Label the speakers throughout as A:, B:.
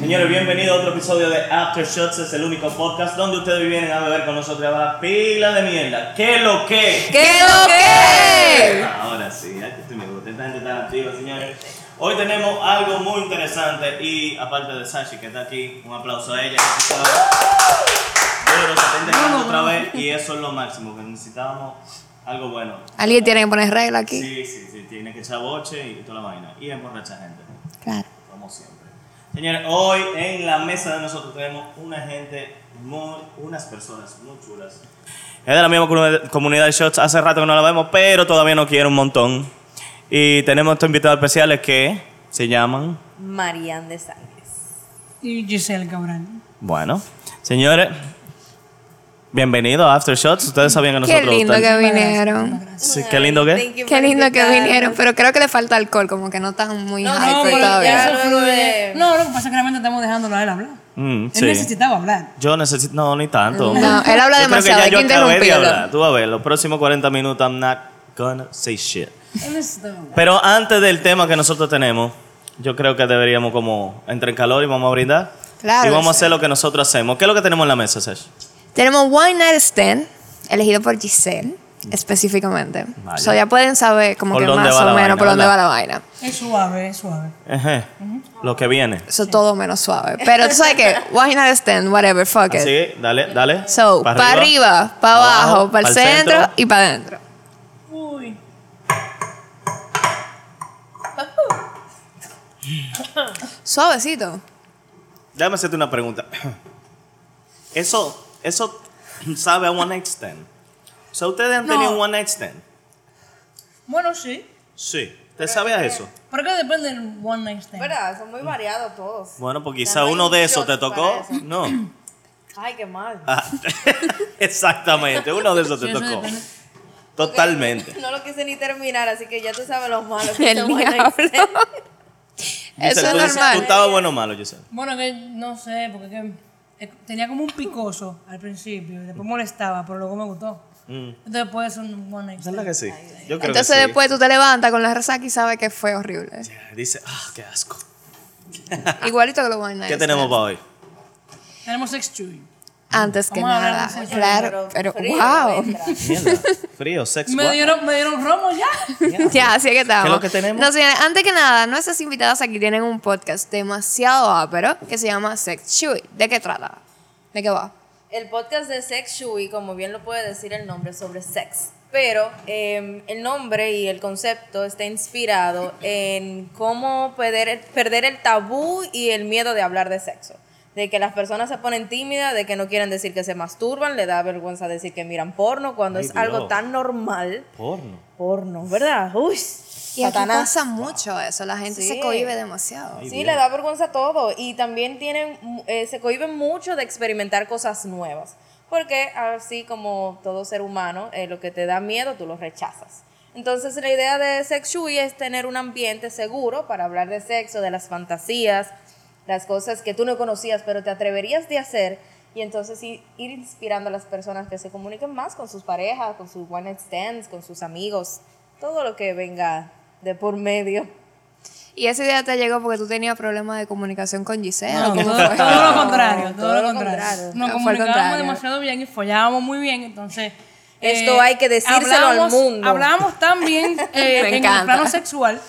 A: Señores, bienvenidos a otro episodio de After Shots, es el único podcast donde ustedes vienen a beber con nosotros a la pila de mierda. ¿Qué lo que?
B: ¿Qué lo que?
A: Ahora sí, aquí estoy me gusta. Esta gente está activa, señores. Hoy tenemos algo muy interesante y aparte de Sashi que está aquí, un aplauso a ella. que se sabe. Duro, se está integrando otra vez y eso es lo máximo, que necesitábamos algo bueno.
B: Alguien tiene que poner regla aquí.
A: Sí, sí, sí, tiene que echar boche y toda la vaina. Y emborracha gente
B: Claro.
A: como siempre. Señores, hoy en la mesa de nosotros tenemos una gente, muy, unas personas muy chulas. Es de la misma comu- comunidad de Shots, hace rato que no la vemos, pero todavía nos quiere un montón. Y tenemos estos invitados especiales que se llaman...
C: Marian de Sánchez.
D: Y Giselle Cabrán.
A: Bueno, señores, bienvenidos a After Shots. Ustedes sabían que
B: Qué
A: nosotros...
B: lindo
A: ustedes-
B: que vinieron.
A: Sí, qué lindo que...
B: Qué lindo que vinieron. Pero creo que le falta alcohol, como que no están muy
C: No,
B: hyper
C: no, pero
B: todavía.
C: ya- luego de-
D: No, lo que pasa es que realmente estamos dejándolo a él hablar.
A: Mm,
D: Él
A: sí.
D: necesitaba hablar.
A: Yo necesito... No, ni tanto.
B: No, él
A: Yo
B: habla
A: creo que
B: demasiado,
A: ya
B: hay
A: yo acabé
B: que
A: de
B: interrumpirlo.
A: hablar. Tú a ver, los próximos 40 minutos I'm not gonna say shit.
D: Él necesitaba hablar.
A: Pero antes del tema que nosotros tenemos, yo creo que deberíamos como entrar en calor y vamos a brindar.
B: Claro,
A: Y vamos a
B: sí.
A: hacer lo que nosotros hacemos. ¿Qué es lo que tenemos en la mesa, Sesh?
B: Tenemos Wine Night Stand, elegido por Giselle, específicamente.
A: Mm. Vaya.
B: O sea, ya pueden saber como
A: ¿Por
B: que
A: dónde
B: más
A: va
B: o
A: la
B: menos
A: vaina,
B: por dónde
A: verdad?
B: va la vaina.
D: Es suave, es suave.
A: Ejé, Lo que viene.
B: Eso todo menos suave. Pero tú sabes que Wine Night Stand, whatever, fuck it.
A: Así, dale, dale.
B: So,
A: Pa'
B: para arriba, para
A: pa'
B: abajo, para el
A: pa'l
B: centro, y para adentro.
D: Uy.
B: Suavecito.
A: Déjame hacerte una pregunta. Eso, eso sabe a one night stand. O sea, ustedes han tenido
D: No.
A: un one night stand.
D: Bueno, sí.
A: Sí. ¿Usted sabe a eso?
D: ¿Por qué depende del one night stand?
C: ¿Verdad? Son muy variados todos.
A: Bueno, pues
C: Ya
A: quizá
C: no hay
A: uno de esos
C: shot
A: te tocó.
C: para eso.
A: No.
C: Ay, qué mal.
A: Ah, Exactamente, uno de esos te
D: Sí, eso
A: tocó.
D: depende.
A: Totalmente.
C: No lo quise ni terminar, así que ya tú sabes los malos que
B: El
C: son buenos.
B: diablo. Eso
A: Giselle,
B: es
A: tú dices, ¿Tú
B: normal.
A: estabas bueno o malo, Giselle?
D: Bueno, que no sé, porque que, eh, tenía como un picoso al principio. y Después molestaba, pero luego me gustó.
A: Mm.
D: Entonces puede ser un one night
A: ¿Verdad
D: stand.
A: que sí? Yo creo
B: Entonces
A: que sí.
B: después tú te levantas con la resaca y sabes que fue horrible.
A: Dice, ah, qué asco.
B: Igualito que lo One Night
A: ¿Qué tenemos para hoy?
D: Tenemos sex chewing.
B: Antes que
D: Vamos a hablar
B: nada.
D: de sexo,
B: Claro, pero,
C: frío,
B: wow.
C: entra.
A: Mierda, frío, sexo.
D: Me dieron, me dieron romo ya.
B: Ya, así es que estamos.
A: ¿Qué es lo que tenemos?
B: No, señores, antes que nada, nuestras invitadas aquí tienen un podcast demasiado ápero que se llama Sex Chewy. ¿De qué trata? ¿De qué va?
C: El podcast de Sex Shui, como bien lo puede decir el nombre, sobre sex. Pero eh, el nombre y el concepto está inspirado en cómo perder el, perder el tabú y el miedo de hablar de sexo. De que las personas se ponen tímidas, de que no quieren decir que se masturban, le da vergüenza decir que miran porno, cuando
A: Ay,
C: es
A: Dios.
C: algo tan normal.
A: Porno.
C: Porno, ¿verdad? Uy,
B: Y aquí pasa mucho eso. La gente se
C: Sí.
B: cohibe demasiado.
C: Sí, le da vergüenza todo. Y también tienen, mm, eh, se cohiben mucho de experimentar cosas nuevas. Porque así como todo ser humano, eh, lo que te da miedo, tú lo rechazas. Entonces la idea de Sex Shui es tener un ambiente seguro para hablar de sexo, de las fantasías, las cosas que tú no conocías, pero te atreverías de hacer. Y entonces i- ir inspirando a las personas que se comuniquen más con sus parejas, con sus one night stands, con sus amigos, todo lo que venga de por medio.
B: Y esa idea te llegó porque tú tenías problemas de comunicación con Giselle.
D: No,
B: ¿o cómo
D: todo,
B: fue?
D: todo lo contrario,
C: No,
D: todo, lo contrario.
B: No,
D: Nos
B: fue al
D: comunicábamos
B: contrario.
D: demasiado bien y follábamos muy bien, entonces... eh,
C: Esto hay que decírselo al
D: hablábamos-
C: mundo.
D: Hablábamos tan bien eh,
B: Me
D: en
B: encanta.
D: el plano sexual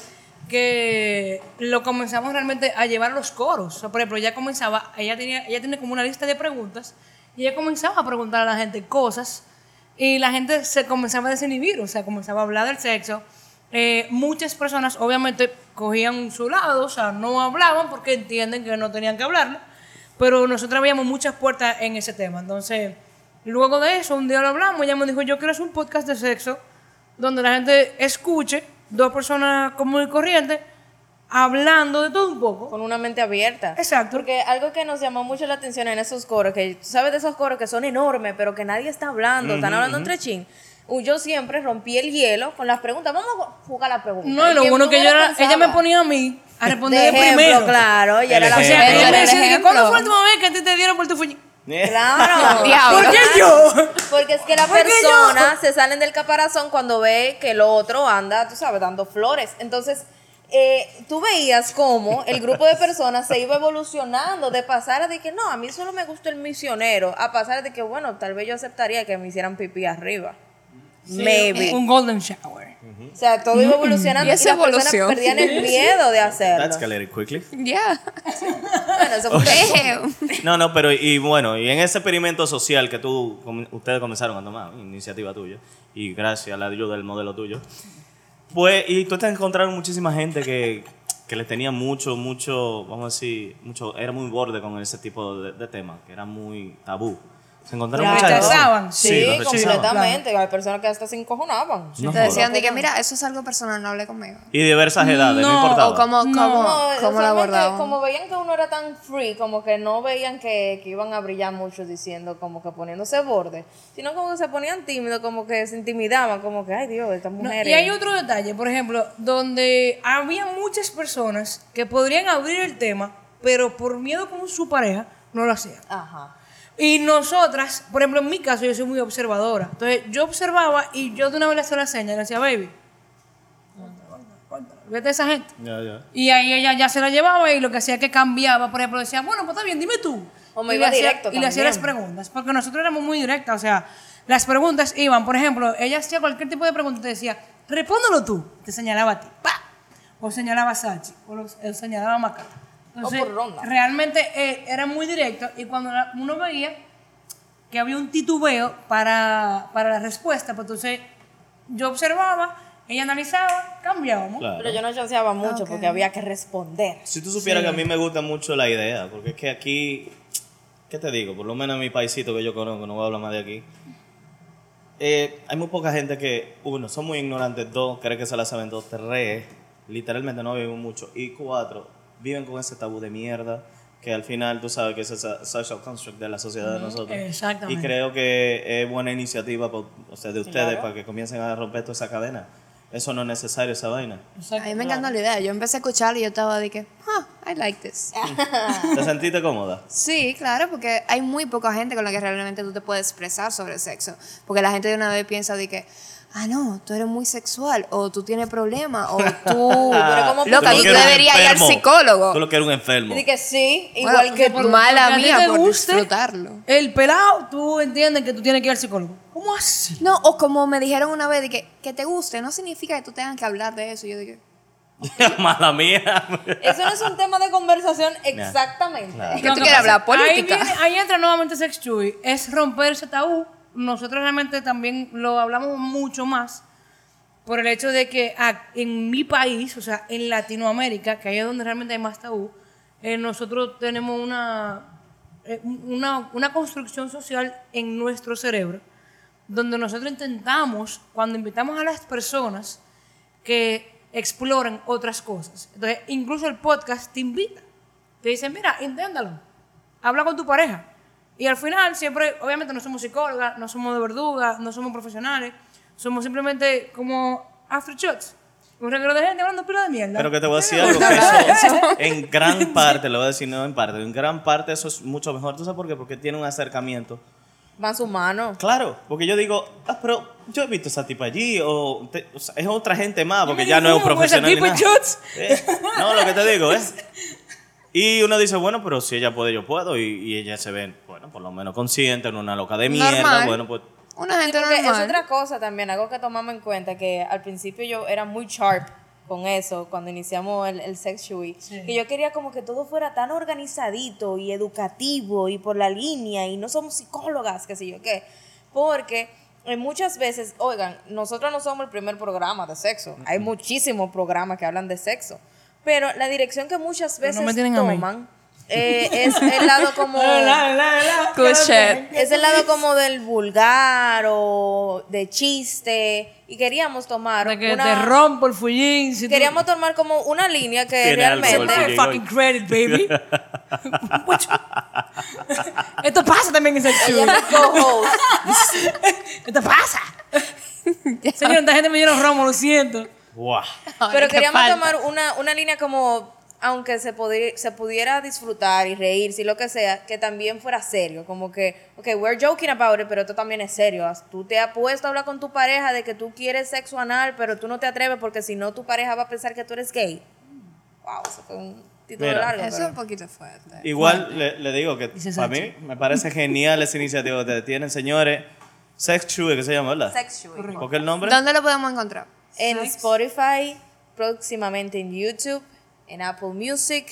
D: que lo comenzamos realmente a llevar a los coros. O sea, por ejemplo, ella comenzaba, ella tenía, ella tiene como una lista de preguntas y ella comenzaba a preguntar a la gente cosas y la gente se comenzaba a desinhibir, o sea, comenzaba a hablar del sexo. Eh, muchas personas obviamente cogían su lado, o sea, no hablaban porque entienden que no tenían que hablarlo, pero nosotros veíamos muchas puertas en ese tema. Entonces, luego de eso, un día lo hablamos, ella me dijo, yo quiero hacer un podcast de sexo donde la gente escuche dos personas comunes y corrientes hablando de todo un poco.
C: con una mente abierta.
D: Exacto.
C: Porque algo que nos llamó mucho la atención en esos coros, que tú sabes de esos coros que son enormes, pero que nadie está hablando, están hablando entre chin. Uh, Yo siempre rompí el hielo con las preguntas. Vamos a jugar la pregunta.
D: No, y
C: El
D: lo
C: que
D: bueno que yo
C: primero
D: era, ella
C: pensaba.
D: me ponía a mí a
C: de
D: responder de
C: ejemplo,
D: primero.
C: claro. Ella
A: El
C: era la
D: O sea,
A: Ejemplo.
D: ella
C: primera.
D: me decía,
B: Ejemplo.
D: ¿cuándo fue la última vez que a ti te dieron por tu fuñi?
C: Claro.
B: Diablo.
D: ¿Por qué yo?
C: Porque es que la
D: Porque yo-
C: persona se salen del caparazón cuando ve que el otro anda, tú sabes, dando flores. Entonces, eh, tú veías cómo el grupo de personas se iba evolucionando de pasar de que no, a mí solo me gusta el misionero, a pasar de que, bueno, tal vez yo aceptaría que me hicieran pipí arriba. Maybe.
D: Un golden shower.
C: O sea, todo iba evolucionando
B: Mm. Y
C: y,
B: esa
C: las personas
B: evolución.
C: perdían el miedo de hacerlo.
A: That escalated quickly.
B: Yeah.
C: Bueno, eso fue-
B: Damn.
A: No, no, pero y bueno, y en ese experimento social que tú, com- ustedes comenzaron a tomar, iniciativa tuya, y gracias a la ayuda del modelo tuyo, pues, y tú te encontraron muchísima gente que, que les tenía mucho, mucho, vamos a decir, mucho, era muy borde con ese tipo de, de temas, que era muy tabú. Se encontraron
C: Claro.
A: muchas cosas.
D: Rechazaban.
A: Sí, lo
C: Sí,
A: rechazaban.
C: completamente. Hay personas que hasta se encojonaban.
A: No
B: Te
A: jodas.
B: decían de que, mira, eso es algo personal, no hable conmigo.
A: Y diversas edades, no,
D: No,
A: importaba.
B: O cómo,
D: No,
B: cómo, cómo lo
C: solamente
B: abordaban.
C: Como veían que uno era tan free, como que no veían que, que iban a brillar mucho diciendo, como que poniéndose borde, sino como que se ponían tímidos, como que se intimidaban, como que, ay Dios, estas
D: No,
C: mujeres.
D: y hay otro detalle, por ejemplo, donde había muchas personas que podrían abrir el tema, pero por miedo con su pareja no lo hacían.
C: Ajá.
D: Y nosotras, por ejemplo, en mi caso, yo soy muy observadora. Entonces, yo observaba y yo de una vez le hacía la seña, le decía, baby, vete a esa gente.
A: Ya, ya.
D: Y ahí ella ya se la llevaba y lo que hacía que cambiaba, por ejemplo, decía, bueno, pues está bien, dime tú.
C: O me
D: y
C: iba
D: le hacía-
C: directo
D: Y le hacía las
C: también.
D: preguntas, porque nosotros éramos muy directas, o sea, las preguntas iban, por ejemplo, ella hacía cualquier tipo de pregunta y te decía, respóndelo tú, te señalaba a ti, pa, o señalaba a Sachi, o, lo- o señalaba a Macata. Entonces,
C: por ronda.
D: realmente eh, era muy directo y cuando la- uno veía que había un titubeo para, para la respuesta, pues entonces yo observaba, ella analizaba, cambiábamos.
A: Claro.
C: Pero yo no chanceaba mucho porque había que responder.
A: Si tú supieras que a mí me gusta mucho la idea, porque es que aquí, ¿qué te digo? Por lo menos en mi paisito que yo conozco, no voy a hablar más de aquí. eh, hay muy poca gente que, uno, son muy ignorantes, dos, creen que se la saben, dos, tres, literalmente no viven mucho, y cuatro, viven con ese tabú de mierda, que al final tú sabes que es ese social construct de la sociedad de nosotros.
D: exactamente.
A: Y creo que es buena iniciativa por- o sea, de ustedes para que comiencen a romper toda esa cadena. Eso no es necesario, esa vaina.
B: A mí me encantó la idea. Yo empecé a escuchar y yo estaba de que, ah, I like this.
A: ¿Te sentiste cómoda?
B: Sí, claro, porque hay muy poca gente con la que realmente tú te puedes expresar sobre sexo. Porque la gente de una vez piensa de que, ah, no, tú eres muy sexual, o tú tienes problemas, o tú.
C: Pero
A: Ah,
C: ¿cómo
A: Tú
B: Loca,
A: lo
B: tú
A: que eres un
B: deberías ir al
A: enfermo.
B: psicólogo.
A: Tú lo que eres un enfermo.
C: Y dije, sí,
B: Bueno,
C: igual que tú.
B: mala
D: Porque a ti
B: mía
D: te
B: por
D: guste
B: disfrutarlo.
D: El pelado, tú entiendes que tú tienes que ir al psicólogo. ¿Cómo así?
B: No, o como me dijeron una vez, de que, que te guste, no significa que tú tengas que hablar de eso. Yo dije,
A: Mala mía.
C: Eso no es un tema de conversación exactamente.
A: Claro.
B: ¿qué
D: No,
B: tú
D: ¿qué
B: quieres
D: pasa?
B: hablar? Política.
D: Ahí, viene- ahí entra nuevamente Sex Chuy. Es romper ese tabú. Nosotros realmente también lo hablamos mucho más por el hecho de que ah, en mi país, o sea, en Latinoamérica, que ahí es donde realmente hay más tabú, eh, nosotros tenemos una, eh, una, una construcción social en nuestro cerebro, donde nosotros intentamos, cuando invitamos a las personas, que exploren otras cosas. Entonces, incluso el podcast te invita. Te dicen, mira, inténtalo. Habla con tu pareja. Y al final, siempre, obviamente no somos psicólogas, no somos de verduga, no somos profesionales, somos simplemente como aftershots. Un reguero de gente hablando pila de mierda.
A: Pero que te voy a decir algo que eso, en gran parte, lo voy a decir no en parte, en gran parte eso es mucho mejor. ¿Tú sabes por qué? Porque tiene un acercamiento.
C: Más humano.
A: Claro, porque yo digo, ah, pero yo he visto a esa tipa allí, o, te- o sea, es otra gente más, porque ya no es un
D: ¿Cómo
B: pues,
D: ese
A: profesional. ni
D: tipo de
A: nada.
D: shots?
A: Eh, no, lo que te digo es. Y uno dice, bueno, pero si ella puede, yo puedo. Y, y ella se ve, bueno, por lo menos consciente, no una loca de mierda.
B: Normal.
A: Bueno, pues.
B: una gente
C: Porque es
B: normal.
C: otra cosa también, algo que tomamos en cuenta, que al principio yo era muy sharp con eso, cuando iniciamos el, el Sex Shui, que yo quería como que todo fuera tan organizadito y educativo y por la línea y no somos psicólogas, qué sé yo qué, porque eh, muchas veces, oigan, nosotros no somos el primer programa de sexo, hay muchísimos programas que hablan de sexo, pero la dirección que muchas
D: Pero no
C: veces
D: me tienen a mí.
C: toman eh, es el lado como...
D: La, la, la,
B: Good
D: la,
B: shit.
C: Es el lado como del vulgar o de chiste. Y queríamos tomar
D: la. Que
C: una-
D: te rompo el fullín. Si tú-
C: Queríamos tomar como una línea que
A: Tiene algo el
C: realmente...
A: fullín.
D: Hey, fucking credit, baby. Mucho. Esto pasa también en Sex Chuy.
C: Ella era co-host.
D: Esto pasa. Señor, esta gente me dieron romo, lo siento.
A: ¡Guau!
C: Pero queríamos
D: falta.
C: tomar una, una línea como, aunque se, pudi- se pudiera disfrutar y reírse y lo que sea, que también fuera serio. Como que, ok, we're joking about it, pero esto también es serio. As- Tú te has puesto a hablar con tu pareja de que tú quieres sexo anal, pero tú no te atreves porque si no tu pareja va a pensar que tú eres gay. wow, eso fue un título
A: Mira.
C: largo.
B: Eso es
C: pero-
B: un poquito fuerte.
A: Igual le, le digo que
D: Dice
A: para mí
D: Sachi.
A: me parece genial esa iniciativa que ustedes tienen, señores. Sex Chue, que se llama, ¿verdad?
C: Sex Shui.
A: ¿Por qué el nombre?
B: ¿Dónde lo podemos encontrar?
C: En Spotify, próximamente en YouTube, en Apple Music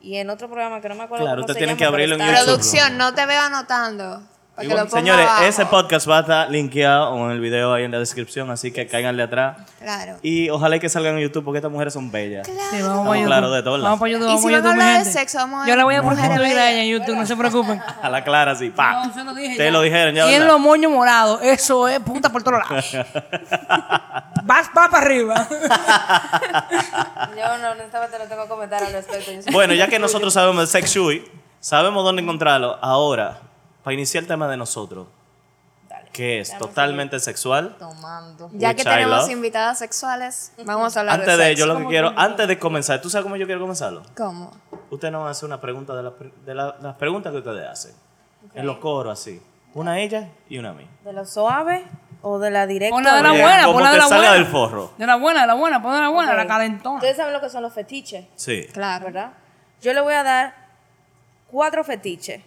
C: y en otro programa que no me acuerdo
A: Claro,
C: cómo
A: usted
C: se
A: tiene
C: llama,
A: que abrirlo
C: pero
A: en
C: está-
A: YouTube.
B: Producción, no te veo anotando. Para que
A: Igual-
B: lo ponga
A: señores,
B: abajo.
A: ese podcast va a estar linkeado en el video ahí en la descripción, así que cáiganle atrás.
B: Claro.
A: Y ojalá y que salgan en YouTube porque estas mujeres son bellas.
D: Sí, vamos
A: Estamos
D: a YouTube.
A: claros de todas las-
D: Vamos para YouTube.
B: Y
D: vamos
B: si
D: pa'
B: van a
D: YouTube,
B: hablar de
D: gente.
B: sexo, vamos a
D: Yo la voy a
B: mujeres
D: prostituir a
B: bellas.
D: ella en YouTube, no se preocupen.
A: A la clara, sí, pa.
D: Ah. No, se lo dije
A: Ustedes
D: ya.
A: lo dijeron ya.
D: Y en
A: ¿verdad?
D: los moños morados, eso es punta por todos lados. Vas, va para arriba.
C: Yo no, honestamente no tengo comentario al respecto. yo soy-
A: Bueno, ya que nosotros sabemos de Sex Shui, sabemos dónde encontrarlo. Ahora, para iniciar el tema de nosotros,
C: Dale,
A: que es
C: dame un
A: totalmente sexual.
C: Tomando.
B: Ya que
A: Which I
B: tenemos
A: love.
B: invitadas sexuales, vamos a hablar
A: Antes
B: de
A: de
B: sexo.
A: yo lo que
B: ¿Cómo
A: quiero, antes de comenzar, ¿tú sabes cómo yo quiero comenzarlo?
B: que- ¿Cómo?
A: Usted nos va a hacer una pregunta de, las pre- de la- las preguntas que ustedes hacen. En los coros, así. Una a ella y una a mí.
C: ¿De lo suave o de la directa?
D: Una de la
A: Oye,
D: buena,
A: como
D: ponla de
A: que
D: la
A: salga
D: buena.
A: del forro.
D: De la buena, de la buena, pon de la buena,
C: Ok.
D: la calentona.
C: Ustedes saben lo que son los fetiches,
A: Sí.
B: Claro.
C: ¿verdad? Yo le voy a dar cuatro fetiches.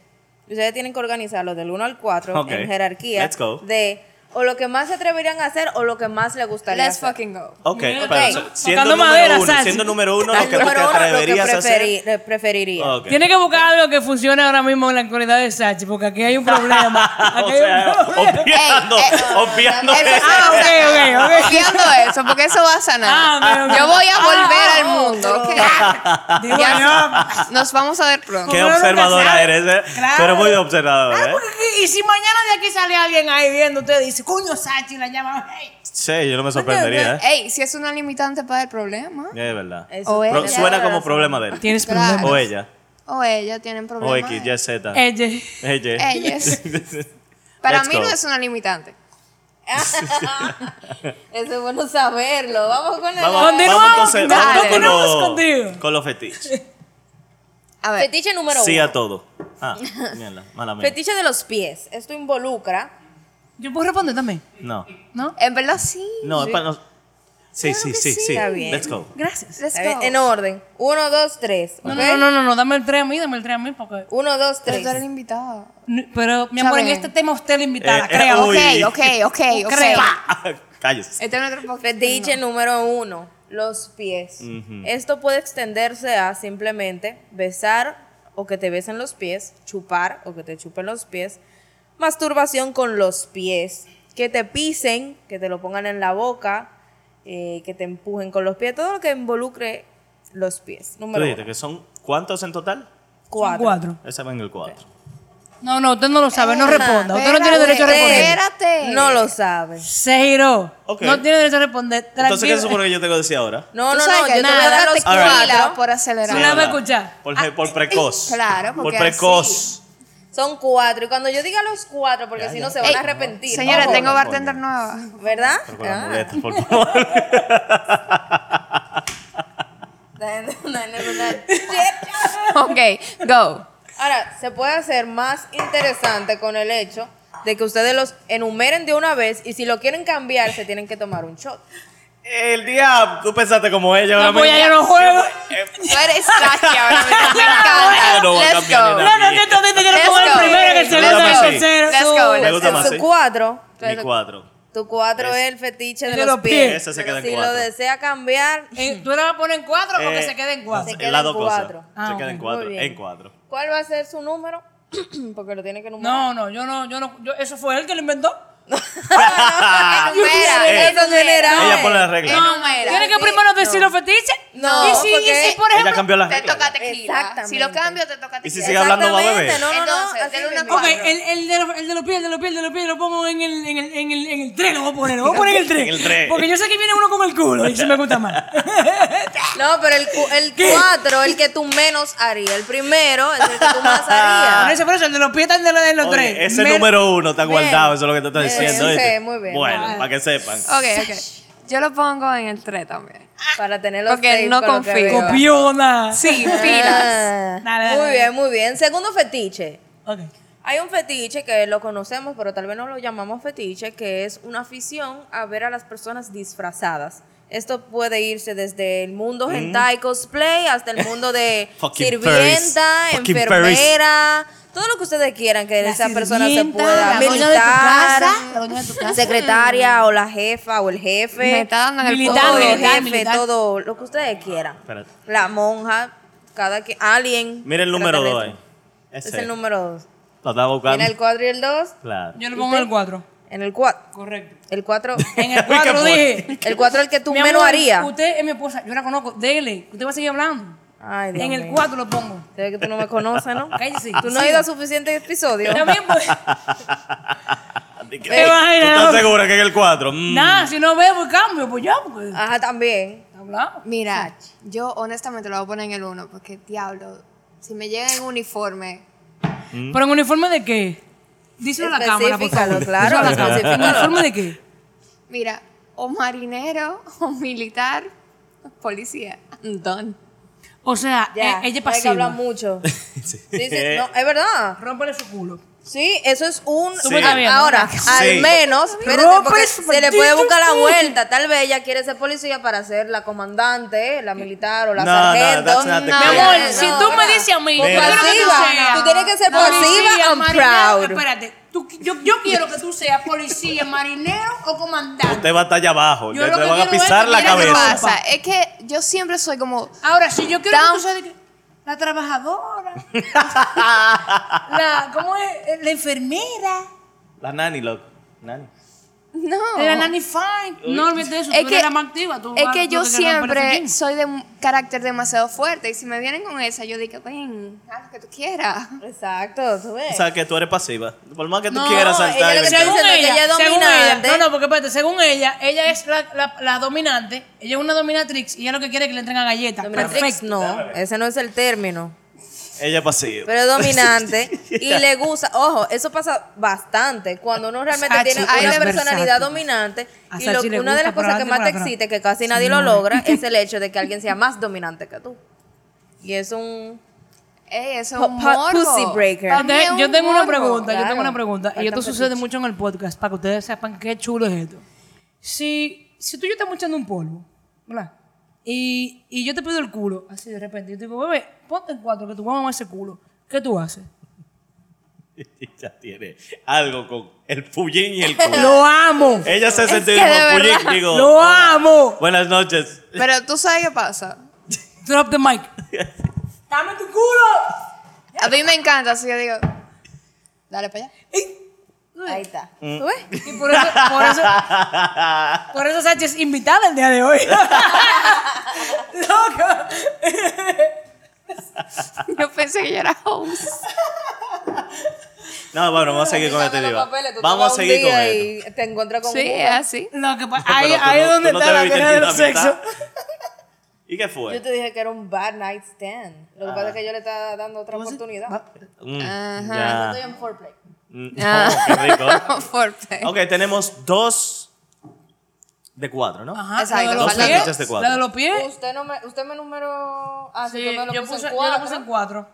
C: Y Ustedes tienen que organizarlos del 1 al 4
A: Ok.
C: en jerarquía
A: Let's go.
C: de o lo que más se atreverían a hacer o lo que más les gustaría
B: Let's
C: hacer.
B: fucking go.
A: Ok,
D: Mira,
A: pero
C: ok.
A: so- siendo
D: Tocando
A: número
D: madera,
A: uno,
D: Sansi.
A: siendo número uno, lo que tú te
C: Número uno, lo que
A: atreverías a hacer. Oh.
C: preferi- le preferiría.
A: Ok.
D: Tiene que buscar algo que funcione ahora mismo en la actualidad de Sachi, porque aquí hay un problema.
A: o
D: Aquí hay
A: sea,
D: un problema.
A: obviando,
B: Ey, eh,
A: obviando
B: eso-
A: eso.
D: Ah, ok, ok, ok.
B: Viendo eso, porque eso va a sanar.
D: Ah, ok, ok.
B: Yo voy a volver
C: Ah,
B: al
C: oh,
B: mundo.
C: no.
B: ¿ok?
D: Digo,
B: Ya
D: no.
B: sa- Nos vamos a ver pronto.
A: Qué
D: Uno nunca
A: observadora
D: sabe.
A: eres, ¿eh?
D: Claro.
A: Tú eres muy observadora, ¿eh?
D: Y si mañana de Ah, aquí sale alguien ahí viendo, usted dice, coño, Sachi la llama. Hey.
A: Sí, yo no me sorprendería, ¿eh?
B: Ey, si es una limitante para el problema.
A: Ya es verdad.
C: Eso
B: O
C: tiene
A: Pro-
B: ella.
C: que
A: suena
C: haber
A: como
C: razón.
A: problema de él.
D: Tienes
B: Claro.
D: problemas.
A: O ella.
B: O ella tienen problemas.
A: O X, Y, Z.
D: Ella.
A: Ella.
B: Ellas. Para
A: Let's
B: mí
A: go.
B: no es una limitante.
C: Eso es bueno saberlo. Vamos con el
A: Vamos,
D: Continuamos,
A: vamos entonces, vamos
B: dale.
A: con
D: Continuamos
A: los,
D: contigo.
A: con los fetiches.
B: A ver.
C: fetiche número
A: Sí
C: uno.
A: a todo. Ah, mierda, mala mía.
C: Fetiche de los pies. Esto involucra
D: Yo puedo responder también,
A: No,
D: ¿no?
B: En verdad sí.
A: no, es para nos- Sí, sí,
B: que
A: sí,
B: sí.
A: sí.
C: Está bien.
A: Let's go.
D: Gracias.
B: Let's
C: A ver,
B: go.
C: en orden. Uno, dos, tres.
D: No,
C: ¿ok?
D: no, no, no, no, dame el 3 a mí, dame el 3 a mí, porque...
C: Uno, dos,
B: Pero tú eres
C: tres.
B: invitada.
D: N- Pero, mi amor, en
B: Saben.
D: este tema usted la invitada,
A: Eh, eh,
D: creo.
A: uy.
B: Ok, ok, ok, ok.
D: Creo.
A: Cállese.
B: Este es nuestro podcast.
C: Fetiche número uno. Los pies.
A: Ujú.
C: Esto puede extenderse a simplemente besar o que te besen los pies, chupar o que te chupen los pies, masturbación con los pies, que te pisen, que te lo pongan en la boca, eh, que te empujen con los pies, todo lo que involucre los pies.
A: Tú
C: Número
A: dijiste
C: uno.
A: que son cuántos en total?
D: Son
C: Cuatro.
D: cuatro.
A: Ese va en el 4.
D: No, no, usted no lo sabe, no
C: Emma,
D: responda. Usted no tiene
B: espérate.
D: derecho a responder.
B: Espérate.
C: No lo sabes.
D: Seiro.
A: Ok.
D: No tiene derecho a responder.
A: Entonces, ¿qué
D: Tranquilo.
A: se supone que yo tengo que decir ahora?
C: No,
B: Tú
C: no,
B: sabes
C: no,
B: que
C: yo te voy
B: nada
C: a dar los
B: tequila
C: cuatro.
B: por acelerar.
D: Sí, la voy a escuchar.
A: Por, por precoz.
B: claro,
A: Por
B: porque
A: precoz.
C: Son cuatro. Y cuando yo diga los cuatro, porque
A: Ya,
C: si
A: ya.
C: no se
B: Ey,
C: van a arrepentir.
B: Señora,
C: Ojo,
B: tengo
A: no,
B: bartender
A: coño.
B: nueva.
C: ¿Verdad?
A: Pero con la
C: Ah.
A: muleta, por favor.
B: Ok, go.
C: Ahora, se puede hacer más interesante con el hecho de que ustedes los enumeren de una vez y si lo quieren cambiar, se tienen que tomar un shot.
A: El día, tú pensaste como ella.
D: No,
A: ahora
D: pues
A: mismo.
D: ya yo no juego.
B: Tú eres Sachi ahora mismo. Me encanta.
A: Ah, No va a
B: Let's
A: cambiar ni
B: go.
A: nada.
D: No, no, que tú dices, yo
B: Let's
D: no pongo el
B: go.
D: primero, que el segundo,
A: Let's
D: que el
A: go.
D: tercero.
B: Let's go,
D: Eh,
A: Me gusta
C: En
A: más,
C: su
A: sí.
C: cuatro,
A: Mi 4.
C: tu cuatro es el fetiche de,
D: De
C: los
D: los
C: pies.
D: pies.
A: Ese se queda en
C: si
A: cuatro.
C: lo desea cambiar,
D: Eh, Tú la vas a poner en cuatro o
A: eh,
D: que se quede en cuatro.
C: se queda
A: en las dos
C: en
A: cosas.
C: cuatro.
D: Ah,
A: se
D: ok,
A: queda en
D: muy
A: 4.
C: bien.
A: En 4.
C: ¿cuál va a ser su número? porque lo tiene que enumerar.
D: No, no, yo no, yo no, yo- eso fue él que lo inventó.
B: Espera,
A: Eh,
B: eso no era.
A: Ella pone las reglas.
B: No,
D: Ah, Tiene que primero decir los fetiches.
C: No,
D: y si, y
C: porque-
D: si, por
A: ella
D: ejemplo.
A: cambió las
B: Te
A: reglas.
B: toca tequila.
C: Exactamente.
B: Si lo cambio, te toca
A: Y si
B: tequila.
A: sigue hablando, va a beber.
C: Exactamente, no, no, no.
B: Entonces,
C: así
B: del uno al
C: mismo.
D: Ok,
B: cuatro.
D: el, el, de, los- el de los pies, el de los pies, el de los pies, lo pongo en el, en el, en el, en el tren, lo voy a poner, lo voy a poner en el tren.
A: En el tren.
D: Porque yo sé que viene uno como el culo y eso me gusta más.
C: No, pero el, cu- el cuatro, el que tú menos harías. El primero es el que tú más
D: Por
C: harías.
D: eso, por Ah, eso, el de los pies está en el de los
A: Oye,
D: tres.
A: ese
D: Me-
A: número uno está
C: Bien.
A: guardado, eso es lo que te estoy
C: Bien,
A: diciendo.
C: sí,
A: ¿oíste?
C: muy bien.
A: Bueno,
D: Vale.
A: para que sepan.
B: Ok, ok. Yo lo pongo en el 3 también.
C: Para tener los
B: Porque
C: seis
B: no
C: con lo que
B: confío.
C: veo.
D: Copiona.
B: Sí, pilas.
C: Ah,
D: Dale, dale,
C: Muy
D: dale.
C: bien, muy bien. Segundo fetiche.
D: Ok.
C: Hay un fetiche que lo conocemos, pero tal vez no lo llamamos fetiche, que es una afición a ver a las personas disfrazadas. Esto puede irse desde el mundo hentai cosplay hasta el mundo de
A: Mm. Fucking
C: sirvienta,
A: furries. Fucking
C: enfermera, todo lo que ustedes quieran que esa persona se
D: sirvienta,
C: pueda
D: la
B: dueña de tu
C: militar,
B: casa, la dueña de tu casa.
C: secretaria o la jefa o el jefe,
B: Me está dando en el
D: Militar,
C: todo,
B: codo.
C: el
D: militar,
C: jefe,
D: militar.
C: todo lo que ustedes quieran.
A: Espérate.
C: La monja, cada quien, alien.
A: Mira el número 2 ahí.
C: extraterrestre.
A: Ese.
C: este. Es el número 2.
A: Lo estaba
C: En
A: buscando.
C: el 4 y el 2,
A: Claro.
D: Yo le pongo el 4.
C: en el 4.
D: Correcto.
C: El 4.
D: En el 4 dije.
C: El 4 el que tú
D: mi
C: menos
D: amor,
C: harías.
D: Usted es mi esposa, yo la conozco. Dele, usted va a seguir hablando.
C: Ay, Dios
D: en el
C: mío.
D: 4 lo pongo.
C: Se ve que tú no me conoces, ¿no?
D: Cállese.
C: Tú no has ido a suficientes episodios.
D: También, pues,
A: Así que-
D: Te vas a ir
A: ¿Tú
D: a-
A: estás segura que es el Mm. 4?
D: nada, si no veo, pues cambio, pues ya, porque.
C: Ajá, también.
D: Hablamos.
B: Mira, yo honestamente lo voy a poner en el uno, porque diablo, si me llega en uniforme,
D: ¿Pero en uniforme de qué? Díselo a la cámara, por
C: Específicalo,
D: favor.
C: claro,
D: Díselo a la cámara. ¿En
C: específicalo.
D: uniforme de qué?
B: mira, o marinero, o militar, policía, don.
D: O sea,
C: Ya.
D: eh, ella es
C: no hay que hablar
D: pasiva.
C: mucho.
A: Sí.
C: Sí, sí,
A: Eh.
C: no, es verdad.
D: Rómpele su culo.
C: Sí, eso es un.
A: Sí.
C: Ah, Ahora,
A: Sí.
C: al menos, espérate,
D: Rompe
C: porque
D: ese
C: se le puede
D: maldito
C: buscar la
D: culo.
C: vuelta. Tal vez ella quiere ser policía para ser la comandante, la militar o la
A: No, no,
C: sargento.
A: that's not the
B: Mi amor,
C: ya,
B: si tú
D: me dices a mí,
C: Con
A: yo quiero que tú
C: pasiva,
D: seas-
C: Tú tienes que ser
D: Policía,
C: pasiva and
D: marinero,
C: proud.
D: Espérate, tú- yo, yo quiero que tú seas policía, marinero o comandante.
A: Usted va a estar allá abajo.
D: Yo
A: ya
D: lo
A: te
D: que
A: van a
D: quiero es
A: pisar
D: que
A: la
D: mira que
B: ¿Qué
A: cabeza.
B: pasa? Es que yo siempre soy como,
D: Ahora, si yo quiero que
B: Down.
D: tú seas de que- la trabajadora, la, ¿cómo es? Eh, La enfermera,
A: La nani, loco. Nani.
B: no.
D: la nanny fine. No olvides de eso, tú
B: Es que,
D: eres la más activa. tú
B: es
D: vas-
B: que
D: tú
B: yo
D: te quedas en Palace
B: siempre
D: Gym.
B: soy de un carácter demasiado fuerte y si me vienen con esa, yo digo, ven, haz lo que tú quieras.
C: Exacto, tú
A: O
C: ves.
A: sea, que tú eres pasiva. Por más que tú
D: No,
A: quieras saltar.
C: ella
A: y
C: lo que
A: brincar.
C: diciendo
D: según
C: que
D: ella,
C: ella es
D: según
C: dominante.
D: ella- no, no, porque espérate, según ella, ella es la, la- la dominante, ella es una dominatrix y ella lo que quiere es que le entregan galletas.
C: Dominatrix,
D: Perfecto.
C: no, ese no es el término.
A: Ella es pasiva.
C: Pero es dominante y le gusta. Ojo, eso pasa bastante. Cuando uno realmente
D: Sachi,
C: tiene
D: una
C: una personalidad
D: versátil.
C: dominante,
D: A
C: y
D: Sachi
C: lo-
D: le
C: una de
D: gusta
C: las
D: por
C: cosas que
D: adelante y
C: más
D: por
C: te
D: atrás.
C: excita, que casi nadie lo logra, es el hecho de que alguien sea más dominante que tú. Y es un.
B: Ey, eso es
C: Pu-
B: un
C: pu- pussy
B: morbo.
C: breaker.
B: Para
D: Yo
B: mí
D: te-
B: es un
D: yo tengo una
B: morbo.
D: pregunta, yo
C: claro.
D: tengo una pregunta. Y
C: Falta
D: esto sucede
C: fetiche.
D: mucho en el podcast, para que ustedes sepan qué chulo es esto. Si, si tú y yo estamos echando un polvo, ¿verdad? Y, y yo te pido el culo, así de repente, yo te digo, bebé, ponte en cuatro, que tu mamá ese culo. ¿Qué tú haces?
A: Ella tiene algo con el pullín y el culo.
D: ¡Lo amo!
A: ella se sentó
B: que
A: como
B: de verdad.
A: pullín. Digo,
D: ¡Lo amo!
A: buenas noches.
B: Pero tú sabes qué pasa.
D: Drop the mic. ¡Dame tu culo!
B: A mí me encanta, así yo digo, dale para allá.
C: Ahí está.
A: Mm,
C: ¿Tú ves?
D: Y por eso, por eso, por eso Sachi es invitada el día de hoy. ¡Loca!
B: Yo pensé que yo era host.
A: No, bueno, vamos a seguir con
C: Quítame
A: este
C: los
A: diva.
C: papeles, tú te
A: Vamos a
C: vas un
A: seguir con
C: día
A: esto.
C: y Te encuentras con
B: Sí,
D: ah.
C: un-
B: es así.
D: Lo que pasa,
A: Pero
D: ahí,
A: tú
D: ahí
A: no-
D: es donde
A: tú no
D: está
A: te
D: la
A: bebiste
D: guerra
A: ni
D: del
A: la
D: sexo.
A: mitad. ¿Y qué fue?
C: Yo te dije que era un bad night stand. Lo que pasa es que yo le estaba dando otra oportunidad.
A: Mm,
B: Ajá.
A: ya.
C: Estoy en foreplay.
A: Mm, oh,
D: Ah.
A: qué rico.
B: Fuerte.
A: Ok, tenemos dos de cuatro, ¿no?
D: Ajá,
B: Exacto,
D: la de los
B: faltan
A: fichas de
D: pies.
A: cuatro.
D: La de los pies.
C: Usted, no me, usted me numeró. Ah, sí,
D: Eh, Sí,
C: yo me lo
D: yo
C: puse,
D: puse,
C: en
D: yo la
C: cuatro. Ah,
D: puse en cuatro.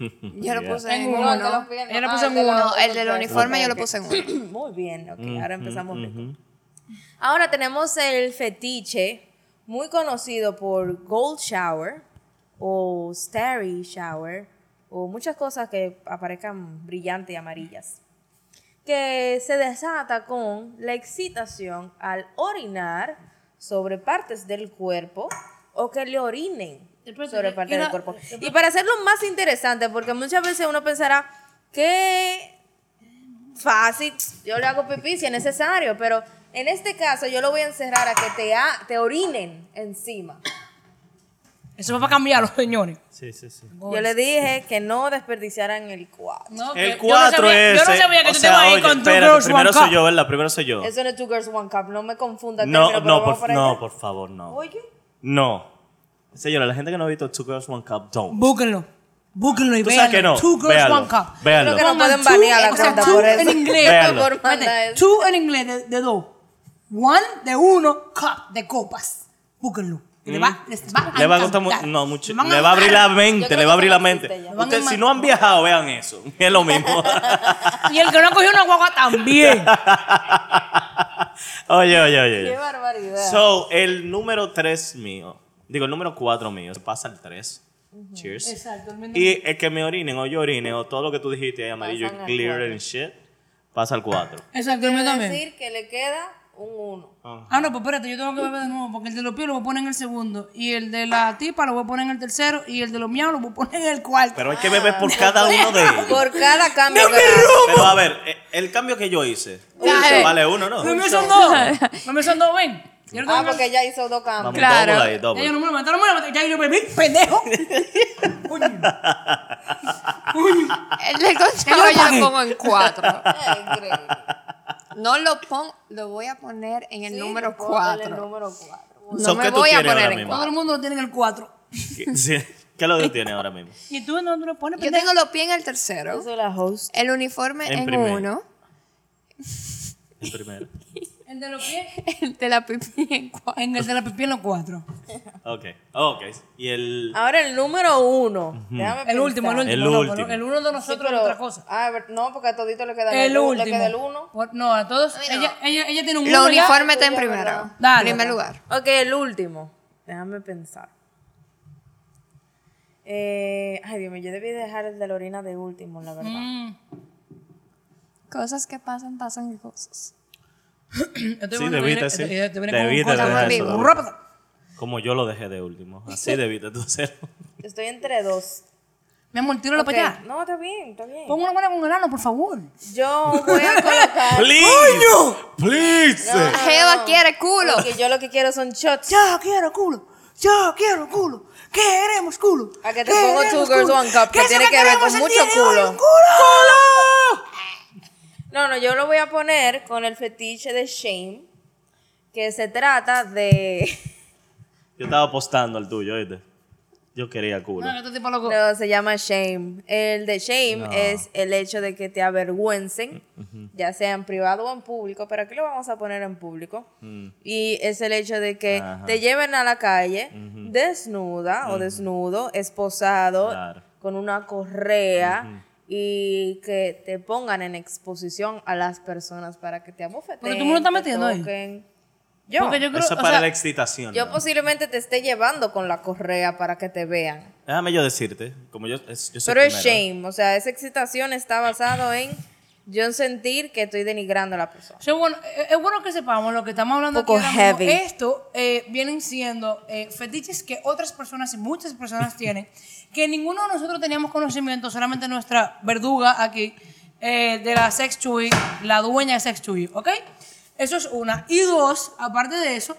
A: Mm,
B: Yo lo puse
D: En
B: en
D: uno,
B: uno.
C: el de los pies,
D: Ella la
C: Ah,
D: puso en
C: de los-
D: uno. Mm,
B: No, el del
C: los pies.
B: uniforme yo lo
C: Ok.
B: puse en uno.
C: Muy bien, ok, ahora empezamos rico. Ahora tenemos el fetiche muy conocido por Gold Shower o Starry Shower o muchas cosas que aparezcan brillantes y amarillas. Que se desata con la excitación al orinar sobre partes del cuerpo o que le orinen
D: Espérate,
C: sobre
D: que-
C: partes
D: era-
C: del cuerpo. Y para hacerlo más interesante, porque muchas veces uno pensará que fácil, yo le hago pipí si es necesario, pero en este caso yo lo voy a encerrar a que te, ha- te orinen encima.
D: Eso va para cambiarlo, señores.
A: Sí, sí, sí.
C: Yo le dije que no desperdiciaran el cuadro.
D: No, que
A: El
D: yo no
A: 4
D: sabía-
A: es. eh,
D: Yo no sabía
A: o
D: que tú te
A: sea,
D: ibas a ir
A: oye,
D: con tu
A: espérate,
D: Girls One
A: Primero soy
D: Cup.
A: yo, ¿verdad? Primero soy yo.
C: Eso no es Two Girls One Cup, no me confunda.
A: No,
C: término,
A: no,
C: pero vamos este.
A: por,
C: para
A: no,
C: allá.
A: por favor, no.
C: Oye,
A: No. Señora, la gente que no ha visto Two Girls One Cup, don't.
D: Búsquenlo. Búsquenlo y
A: Tú sabes
D: véanlo.
A: que no.
D: Two Girls
A: Véanlo,
D: One Cup.
A: véanlo.
C: Creo que no
D: Pongan
C: pueden
D: two,
C: banear la
D: o sea,
C: cuenta
D: two
C: por eso.
D: en inglés.
A: Véanlo.
C: por
D: Espérate,
C: mandar eso.
D: Two en inglés de, de dos. One de uno, cup de copas. Búsquenlo. Le va, les va a
A: Mm. Le va a costar mu-
D: encantar.
A: no, mucho.
D: Le van a
A: Le va a abrir la
D: amar.
C: Yo
A: mente,
C: creo
A: le va a
C: que
A: abrir la
C: no existe
A: mente.
C: ya.
D: Van
A: Ustedes,
D: a
A: si no han viajado, vean eso. Es lo mismo.
D: Y el que no cogió una guagua también.
A: oye, oye, oye.
C: Qué
A: oye.
C: barbaridad.
A: So, el número 3 mío. Digo, el número 4 mío. Pasa el 3. Cheers.
D: Exacto, el mismo.
A: Y el que me orinen o yo orine o todo lo que tú dijiste ahí amarillo y
C: Pasan al
A: clear
C: cuatro.
A: and shit, pasa al 4.
D: Exacto, el mío
C: Quiere
D: también.
C: decir que le queda un 1.
D: Ah, no, pues espérate, yo tengo que beber de nuevo, porque el de los pies lo voy a poner en el segundo, y el de la tipa lo voy a poner en el tercero, y el de los miau lo voy a poner en el cuarto.
A: Pero hay que beber por cada uno de ellos.
C: Por cada cambio que hace.
A: Pero a ver, eh, el cambio que yo hice.
D: Ya, eh.
A: Vale uno, ¿no?
D: Los míos son dos. Los míos son dos, ven. Yo no
C: Ah,
D: tengo que-
C: porque ella hizo dos cambios.
A: Vamos, pues.
B: Claro.
A: double ahí,
D: Ya
A: double.
D: yo no me lo maté, no me lo maté, ya yo bebí, pendejo. Coño. Coño.
B: El del conchavo yo lo pongo en cuatro.
C: Es increíble.
B: No lo pongo, lo voy a poner en el
C: Sí,
B: número
C: ponle El
B: cuatro.
C: número 4.
B: No
A: So,
B: me
A: ¿qué tú
B: voy a
A: tienes ahora
B: poner en
A: mismo?
D: Todo
B: cuatro.
D: el mundo lo tiene en el cuatro.
A: ¿Qué, sí. ¿Qué es lo que tiene ahora mismo?
D: ¿Y tú en dónde lo pones,
B: Yo
D: pendejo?
B: tengo los pies en el tercero,
C: Yo soy la host.
B: el uniforme
A: En
B: en,
A: primero.
B: uno,
A: El primero.
D: El de los pies.
B: el de la pipí en cuatro.
D: En el de la pipí en los cuatro.
A: Ok. Ok. Y el.
C: Ahora el número 1.
D: El último, el último.
A: El
D: no,
A: último.
D: pero El uno de nosotros es otra cosa.
C: Ah, ver- no, porque a todito le queda
D: El
C: el,
D: último.
C: le queda el 1.
D: Por- No, a todos.
B: no.
D: Ella, ella, ella tiene un
B: Lo
D: uno, ¿verdad?
B: uniforme está en
C: Tuya,
B: primero,
C: ¿verdad?
D: Dale.
B: primer lugar.
C: Ok, el último. Déjame pensar. Eh, ay, Dios mío, yo debí dejar el de la orina de último, la verdad.
D: Mm.
B: Cosas que pasan, pasan cosas.
A: Sí, debiste, sí. Debiste
B: dejar eso,
D: eso.
A: debiste. Como yo lo dejé de último. Así debiste tú hacerlo.
C: Estoy entre dos.
D: Mi amor, tíralo
C: Ok,
D: para allá.
C: No, está bien, está bien.
D: Pon una buena con el ano, por favor.
C: Yo voy a colocar.
A: ¡Please! ¡Please!
B: Ah, Jeva quiere culo.
C: Porque yo lo que quiero son shots.
D: Yo quiero culo. Yo quiero culo. Queremos culo.
C: A que te pongo Two Girls One Cup, que tiene
D: se me
C: que ver
D: queremos
C: con
D: el
C: mucho
D: día de hoy,
C: culo.
D: un ¡Culo!
C: No, no, yo lo voy a poner con el fetiche de Shame, que se trata de.
A: Yo estaba apostando al tuyo, ¿oíste? Yo quería culo.
D: No, este tipo loco.
C: No, se llama shame. El de shame es el hecho de que te avergüencen, ya sea en privado o en público, pero aquí lo vamos a poner en público. Y es el hecho de que
A: Mm. Ajá.
C: te lleven a la calle desnuda o desnudo, esposado,
A: Claro.
C: con una correa. Y que te pongan en exposición a las personas para que te abofeten.
D: Pero tú me lo estás
C: te
D: metiendo ahí.
C: toquen. Yo.
D: Porque yo creo,
A: Eso es
D: o
A: para
D: sea,
A: la excitación.
C: Yo
A: ¿no?
C: posiblemente te esté llevando con la correa para que te vean.
A: Déjame yo decirte. Como yo, es- yo soy
C: Pero es
A: primero, ¿eh?
C: shame, o sea, esa excitación está basado en yo sentir que estoy denigrando a la persona.
D: so, bueno, eh, es bueno que sepamos lo que estamos hablando
C: Poco
D: aquí ahora mismo.
C: heavy.
D: Esto eh, vienen siendo eh, fetiches que otras personas, y muchas personas tienen, que ninguno de nosotros teníamos conocimiento, solamente nuestra verduga aquí, eh, de la Sex Chuy, la dueña de Sex Chuy, ¿ok? Eso es una. Y dos, aparte de eso,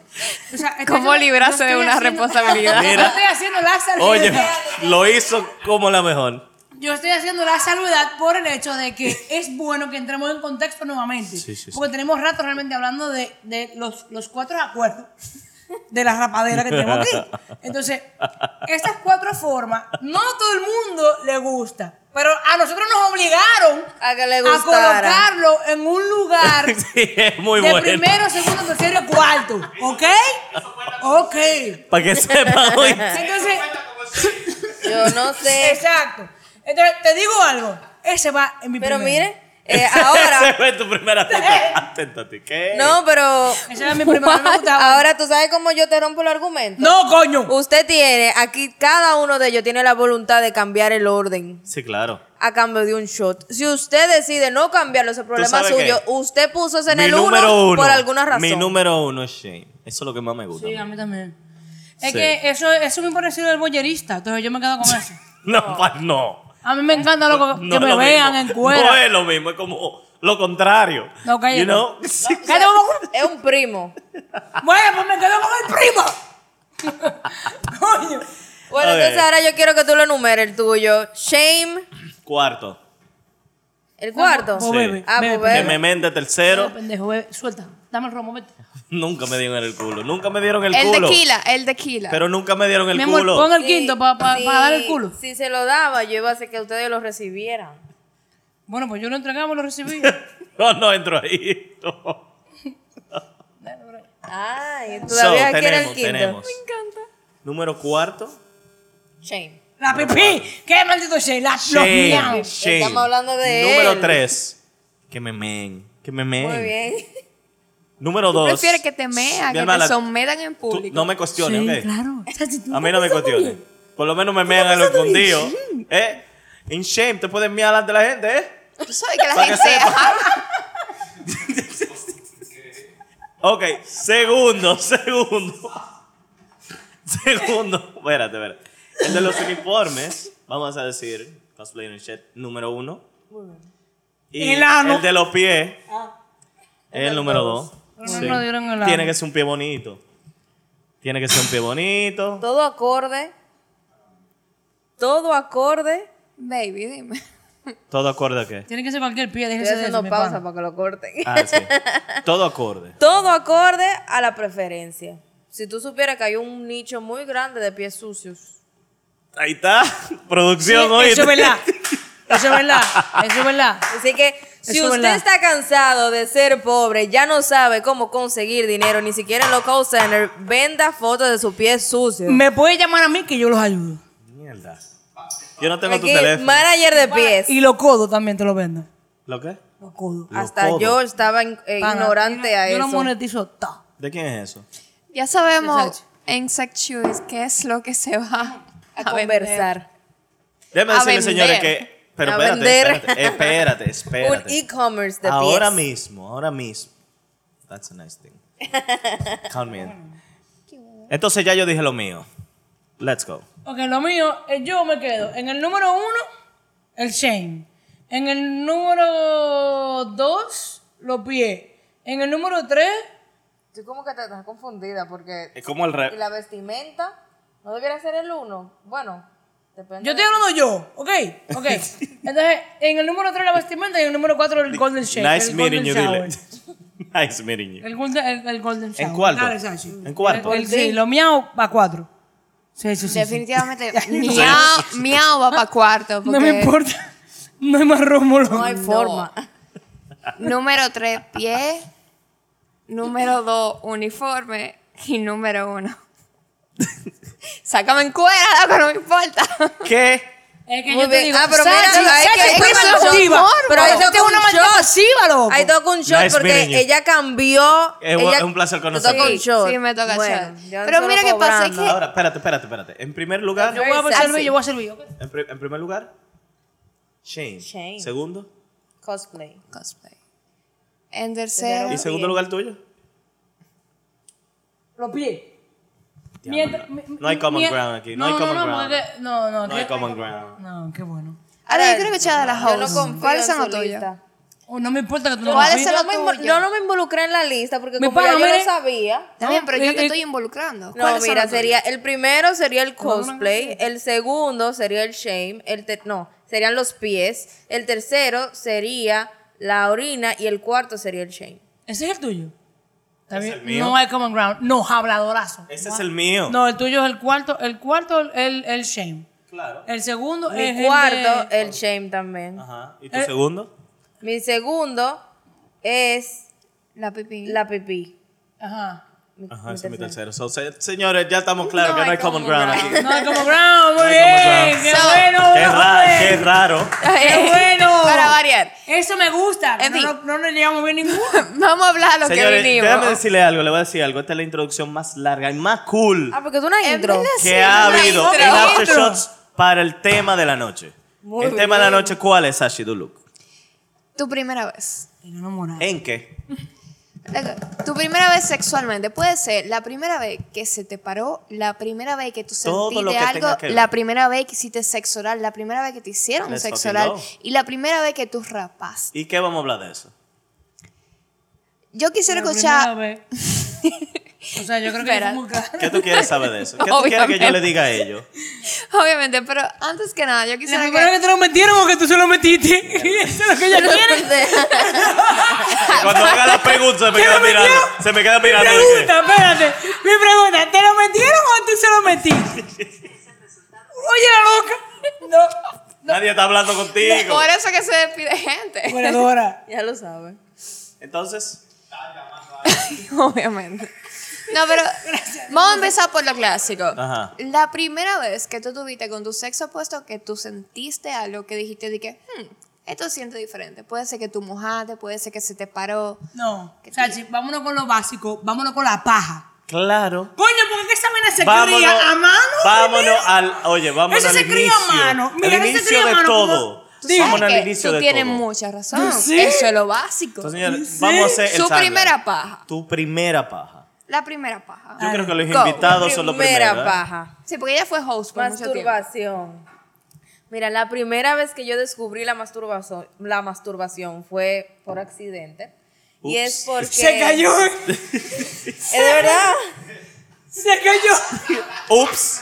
D: o sea, estoy
B: ¿Cómo
D: haciendo-
B: librarse
D: yo
B: de
D: estoy
B: una
D: haciendo-
B: responsabilidad?
D: Yo estoy haciendo la salida.
A: Oye, lo hizo como la mejor.
D: Yo estoy haciendo la salvedad por el hecho de que es bueno que entremos en contexto nuevamente.
A: Sí, sí, sí.
D: porque tenemos rato realmente hablando de, de los, los cuatro acuerdos de la rapadera que tenemos aquí. Entonces, estas cuatro formas, no a todo el mundo le gusta, pero a nosotros nos obligaron
C: A que le
D: a
C: gustara.
D: colocarlo en un lugar
A: Sí, es muy
D: de
A: bueno.
D: primero, segundo, tercero y cuarto. ¿Ok? Ok.
A: Para que sepan hoy.
D: Entonces,
C: Yo no sé.
D: exacto. Entonces, te digo algo. Ese va en mi
C: Pero
D: primero.
C: mire, eh, ahora,
A: Esa fue tu primera teta. Téntate, ¿qué?
C: no, pero
D: Ese era mi primero. me gustaba.
C: ahora tú sabes cómo yo te rompo el argumento.
D: No, coño.
C: Usted tiene, aquí cada uno de ellos tiene la voluntad de cambiar el orden
A: Sí, claro.
C: a cambio de un shot. Si usted decide no cambiarlo, ese problema
A: sabes
C: suyo.
A: qué?
C: Usted puso ese en
A: Mi
C: el
A: número
C: uno,
A: uno.
C: por alguna razón.
A: Mi número uno es Shane. Eso es lo que más me gusta.
D: Sí, a mí también. Es
A: Sí.
D: que eso, eso es muy parecido al boyerista, entonces yo me quedo con eso.
A: No, pa- no.
D: A mí me encanta loco, que
A: No es
D: me
A: lo
D: vean
A: mismo.
D: en cuero.
A: No es lo mismo, es como lo contrario.
D: No, cállate.
A: You know?
D: Cállate, vamos.
C: Es un primo.
D: Bueno, pues me quedo con el primo. coño.
C: Bueno,
A: A ver.
C: entonces ahora yo quiero que tú lo enumeres el tuyo. Shame,
A: Cuarto.
C: el cuarto.
D: Pues bebe,
C: Ah,
D: bebe,
C: pues
A: Que
C: bebe.
A: me mente tercero.
D: bebe, pendejo, bebe. Suelta, dame el romo, vete.
A: Nunca me dieron el culo. Nunca me dieron el,
B: El
A: culo.
B: tequila, el tequila.
A: Pero nunca me dieron el
D: Mi amor,
A: culo.
D: pon el
C: Sí,
D: quinto para
C: sí,
D: dar el culo.
C: Si se lo daba, yo iba a hacer que ustedes lo recibieran.
D: Bueno, pues yo lo entregamos, lo recibí.
A: No, no entro ahí. No.
C: Ay,
A: So,
C: todavía quiere el
A: tenemos,
C: quinto.
A: tenemos.
B: Me encanta.
A: Número cuarto.
C: Shame.
D: La pipí. Qué maldito shame. La los
A: Shane.
D: miau.
A: Shane.
C: Estamos hablando de
A: Número
C: él.
A: tres. Que me meen. Que me meen.
C: Muy bien.
A: Número
B: ¿Tú
A: dos.
B: prefieres que te
A: Mi
B: mean, que
A: hermana,
B: te sometan en
A: tú
B: público?
A: no me cuestiones,
D: Sí,
A: ¿ok?
D: claro. O sea, si tú
A: A mí no me
D: estás pasando
A: cuestiones.
D: bien.
A: Por lo menos me mean a lo escondido. ¿Eh? In shame, te pueden mear delante de la gente, ¿eh?
B: Tú sabes que la
A: Para que
B: gente...
A: sepa.
B: Ajá.
A: Ok, segundo, segundo. Segundo. Espérate, espérate. El de los uniformes, vamos a decir, cosplay and shit, número uno. Y
D: El ano.
A: el de los pies. Es el número dos.
D: Pero no me lo dieron el ano.
A: Tiene que ser un pie bonito. Tiene que ser un pie bonito.
C: Todo acorde. Todo acorde.
B: Baby, dime.
A: Todo acorde a qué.
D: Tiene que ser cualquier pie.
C: Estoy
D: Déjese de eso,
C: haciendo
D: mi
C: pausa
D: pana.
C: para que lo corten.
A: Ah, sí. Todo acorde.
C: Todo acorde a la preferencia. Si tú supieras que hay un nicho muy grande de pies sucios.
A: Ahí está. Producción,
D: Sí,
A: oye.
D: Eso es verdad. Eso es verdad. Eso es verdad.
C: Así que si
D: Eso es
C: usted
D: verdad.
C: está cansado de ser pobre, ya no sabe cómo conseguir dinero, ni siquiera en los call center, venda fotos de sus pies sucios.
D: Me puede llamar a mí que yo los ayudo.
A: Mierda. Yo no tengo tu
C: Aquí,
A: teléfono.
C: manager de pies.
D: Y los codos también te los vendo.
A: ¿Lo qué?
D: Los codos.
A: Los
C: Hasta
A: codos.
C: yo estaba in- eh,
D: Pana,
C: ignorante
D: yo,
C: a
D: Yo lo
C: eso.
D: monetizo todo.
A: ¿De quién es eso?
B: Ya sabemos
D: Exacto.
B: en Sex Shoes qué es lo que se va a,
C: A conversar.
A: Déjame
B: A
A: decirle, señores,
B: vender.
A: que. Pero
C: A
A: espérate,
C: vender.
A: espérate, espérate,
C: Un
A: espérate.
C: e-commerce de pies.
A: ahora mismo, ahora mismo. That's a nice thing. Count me in. Entonces ya yo dije lo mío. Let's go.
D: Ok, lo mío, eh, yo me quedo en el número uno, el shame. En el número dos, los pies. En el número tres,
C: Tú como que te estás confundida porque
A: Es como el
C: y
A: rep.
C: la vestimenta no debiera ser el uno. Bueno, depende.
D: yo estoy hablando yo, ¿ok? Ok. Entonces, en el número tres la vestimenta y en el número cuatro el golden shame.
A: Nice
D: el
A: meeting
D: golden
A: you,
D: shower.
A: dile. Nice meeting you.
D: El golden, el, el golden shower.
A: ¿En cuarto?
D: Dale, Sachi.
A: ¿En cuarto?
D: Ah, El- el- sí, lo mío va a cuatro. Sí, sí, sí. sí.
B: Definitivamente, miau, miau va para cuarto.
D: No me
B: porque-
D: importa. No hay más rumbo. loco.
C: no hay forma.
B: Número 3, pie. Número 2, uniforme. Y número 1. Sácame en cuera, loco, no me importa.
A: ¿Qué?
D: Es que
C: Muy
D: yo te
C: bien.
D: digo,
C: Ah, pero mira,
D: Sachi,
C: hay
D: Sachi,
C: que-
D: tú
C: hay que
D: eres
C: hacer un
D: pasiva.
C: shock,
D: Pero
C: pero hay
D: tú
C: que
D: eres
C: hacer
D: una
C: un
D: maldita
C: shock.
D: pasiva, loco.
C: Ahí toca un shot
A: Nice
C: porque
A: meeting you.
C: ella cambió.
A: Es un-
C: ella,
A: es un placer
C: te
A: conocer.
C: toca un
A: Sí,
C: shot.
B: sí, me toca
C: Bueno,
B: shot.
C: yo
B: Pero
C: solo
B: mira qué pasa, es
C: cobrando.
A: Ahora, espérate, espérate, espérate. En primer lugar,
D: Yo voy a
C: Very
D: pensar
C: sassy.
D: yo voy a servir. ok.
A: en, pri- en primer lugar, Shane.
C: Shane.
A: Segundo.
C: Cosplay.
B: Cosplay. En tercero,
A: ¿Y segundo lugar tuyo?
D: Los pies.
A: Diablo, no. No hay common ground aquí. No hay common ground.
D: porque- No, no,
A: No
D: que-
A: hay common ground.
D: No, qué bueno.
B: ahora yo creo que echada la
C: Yo no
B: house.
C: confío
B: ¿Cuáles
C: en
B: son los
C: su
B: tuyos?
C: lista.
D: Oh, no me importa que tú no
B: ¿Cuál
D: me
B: es el-
D: pidas.
C: Yo no, me invo-
B: tuyo.
C: yo no me involucré en la lista porque
D: Mi
C: como
D: pana,
C: ya yo
D: mire.
C: lo sabía.
B: Está bien, pero
D: No,
B: yo
D: y-
B: te
D: y-
B: estoy involucrando.
C: No,
B: ¿Cuáles son
C: mira,
B: los tuyos?
C: sería el primero sería el
D: no, no,
C: cosplay, el segundo sería el shame, el ter- no, serían los pies, el tercero sería la orina y el cuarto sería el shame.
D: Ese es el tuyo. Está
A: Es
D: bien.
A: el mío.
D: No hay common ground. No, habladorazo.
A: Ese es el mío.
D: No, el tuyo es el cuarto. El cuarto, el, el shame.
A: Claro.
D: El segundo
C: Mi
D: es
C: cuarto
D: el de-
C: el shame también.
A: Ajá. ¿Y tu segundo?
C: Mi segundo es
B: La pipí.
C: la pipí.
D: Ajá.
C: Mi-
A: Ajá,
C: mi
A: ese es mi
C: tercero.
A: tercero. So, se- señores, ya estamos claros que no hay common ground aquí.
D: No hay common ground. Muy
A: hay common ground.
D: bien. Qué
B: So-
D: bueno.
A: Qué, ra-
D: hombre.
A: qué raro.
D: Qué bueno.
B: Para variar.
D: Eso me gusta. que
B: En
D: No,
B: fin.
D: no, no nos llegamos bien ninguno.
B: Vamos a hablar a lo
A: Señores,
B: que vinimos.
A: déjame decirle algo, le voy a decir algo. Esta es la introducción más larga y más cool
C: Ah, porque es una
B: En
C: intro.
B: verdad, sí,
A: que ha
B: una
A: habido en
B: intro.
A: After
D: Intro.
A: Shots para el tema de la noche.
C: Muy
A: el tema de la
C: bien.
A: noche, ¿cuál es, Ashi Duluk?
B: Tu primera vez.
D: Pero no mora.
A: ¿En qué?
B: Loco, Tu primera vez sexualmente puede ser la primera vez que se te paró, la primera vez que tú
A: Todo
B: sentiste
A: lo que tenga
B: algo,
A: que ver.
B: la primera vez que hiciste sexo oral, la primera vez que te hicieron
A: Let's
B: sexo
A: fucking
B: oral
A: go.
B: y la primera vez que tú rapaste.
A: ¿Y qué vamos a hablar de eso?
B: Yo quisiera
D: La
B: escuchar.
D: primera vez. O sea, yo creo que
B: Espera.
D: es muy claro.
A: ¿Qué tú quieres saber de eso? ¿Qué tú quieres que yo
B: Obviamente.
A: le diga a ellos?
B: Obviamente, pero antes que nada, yo
D: ¿La
B: quisiera
D: primera
B: que.
D: vez que te lo metieron o que tú se lo metiste? Eso es lo que ella quiere.
A: Cuando haga la pregunta se me
D: ¿Qué
A: queda
D: me metió?
A: mirando. Se me queda
D: Mi
A: mirando. de
D: pregunta, espérate. Mi pregunta, ¿te lo metieron o tú se lo metiste? Oye, la loca.
A: que Nadie está hablando contigo.
B: Por eso que se despide
D: No.
B: gente.
D: Moradora.
C: Ya lo sabes.
A: Entonces,
B: Obviamente. No, pero vamos a empezar por lo clásico.
A: Ajá.
B: La primera vez que tú tuviste con tu sexo opuesto, que tú sentiste algo que dijiste de que, "Hmm, esto siente diferente. Puede ser que tú mojaste, puede ser que se te paró.
D: No, Sachi, vámonos con lo básico, vámonos con la paja.
A: Claro.
D: Coño, ¿por qué esa vaina se
A: Vámonos,
D: cría a mano?
A: vámonos al. Oye, vámonos
D: Eso
A: al
D: se cría a
A: inicio.
D: mano. Mira,
A: al
D: eso se
A: inicio
D: cría a
A: de
D: mano,
A: todo.
D: como-
B: Tú sabes
A: Vámonos al
B: que
A: inicio
B: tú
A: de
B: tienes
A: todo.
B: mucha razón.
D: Sí.
B: Eso es lo básico.
A: Entonces, señores, vamos a hacer el
B: Su
A: timeline.
B: primera paja.
A: Tu primera paja.
B: La primera paja.
A: Yo creo que los
C: Go.
A: invitados son los
C: Primera
A: primeros. ¿eh?
C: paja.
B: Sí, porque ella fue host por mucho tiempo.
C: Masturbación. Mira, la primera vez que yo descubrí la masturbación, la masturbación fue por accidente. Y
A: Ups.
C: es porque.
D: Se cayó,
C: Es de verdad.
D: se cayó.
A: Ups.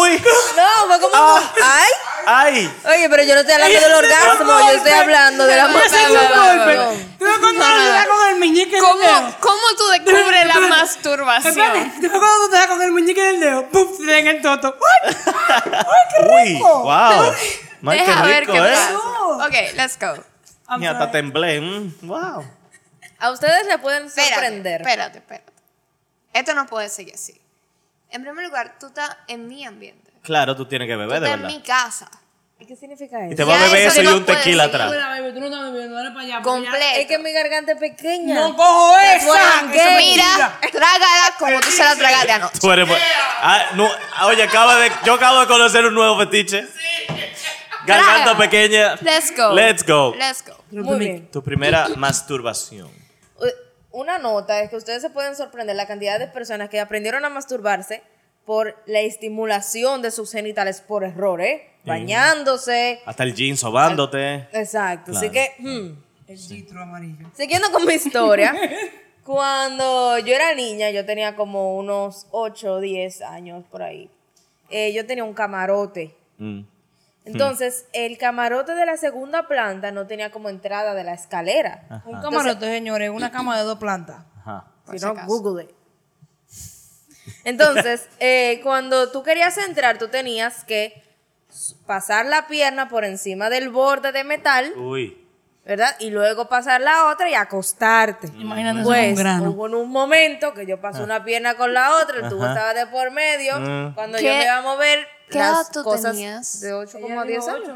A: Uy.
C: No, fue como.
A: Ah.
C: ¡Ay!
A: Ay.
C: Oye, pero yo no estoy hablando del orgasmo, yo estoy hablando de la
D: Yo soy un golpe.
C: masturbación.
D: Tú no cuando te das con el meñique del
B: ¿Cómo,
D: dedo.
B: ¿Cómo tú descubres la
D: Espérate.
B: masturbación?
D: Espérate, ¿Tú cuando te das con el meñique del dedo? ¡Pum! Te den el toto. ¡Uy!
A: Uy. Wow. Mike, qué
B: Deja ver
A: rico,
B: qué
A: ¿eh?
B: pasa.
D: No.
B: Ok, let's go.
D: I'm
A: Ni hasta
D: sorry.
A: temblé. mm, Wow.
C: A ustedes le pueden
B: Espérate,
C: sorprender.
B: espérate, espérate. Esto no puede seguir así. En primer lugar, tú estás en mi ambiente.
A: Claro, tú tienes que
B: Tú
A: beber, de
B: estás en
A: verdad.
B: mi casa.
C: ¿Y qué significa
A: Y
C: eso?
A: te va a
B: Ya
A: beber
B: eso
A: eso y
B: no
A: un
B: puede
A: tequila
B: seguir.
A: atrás.
D: Mira, baby, tú no estás bebiendo, dale para allá. para allá.
B: Completo.
C: Es que mi garganta es pequeña.
D: No cojo esa.
C: fueron
D: que eso es
C: gay.
D: mentira.
B: Mira, trágala como tú se la tragaste anoche.
A: Tú eres bu- Ah, no, ah, oye, acaba de, yo acabo de conocer un nuevo fetiche. Garganta
B: Claro.
A: pequeña.
B: Let's go.
A: Let's go.
B: Let's go.
C: Muy bien.
A: Tu primera masturbación.
C: U- Una nota es que ustedes se pueden sorprender la cantidad de personas que aprendieron a masturbarse por la estimulación de sus genitales por error, ¿eh? Bañándose.
A: Hasta el jean sobándote.
C: Exacto. Así
A: Claro.
C: que, hmm.
D: El citro amarillo.
C: siguiendo con mi historia, cuando yo era niña, yo tenía como unos 8 o 10 años por ahí. eh, yo tenía un camarote.
A: Mm.
C: Entonces, el camarote de la segunda planta no tenía como entrada de la escalera.
D: Un camarote, señores, una cama de dos plantas.
A: Ajá.
B: Por
C: si
B: si
C: no,
B: acaso.
C: Google it. Entonces, eh, cuando tú querías entrar, tú tenías que s- pasar la pierna por encima del borde de metal,
A: Uy.
C: ¿verdad? Y luego pasar la otra y acostarte.
D: Imagínate Mm. eso con
C: Pues,
D: un grano. Ah.
C: hubo en un momento que yo pasé una pierna con la otra, el tubo
A: Ajá.
C: estaba de por medio.
A: Mm.
C: Cuando
B: ¿Qué-
C: yo me iba a mover,
B: qué
C: las
B: edad tú
C: cosas
B: tenías?
C: de 8 como a 10 años.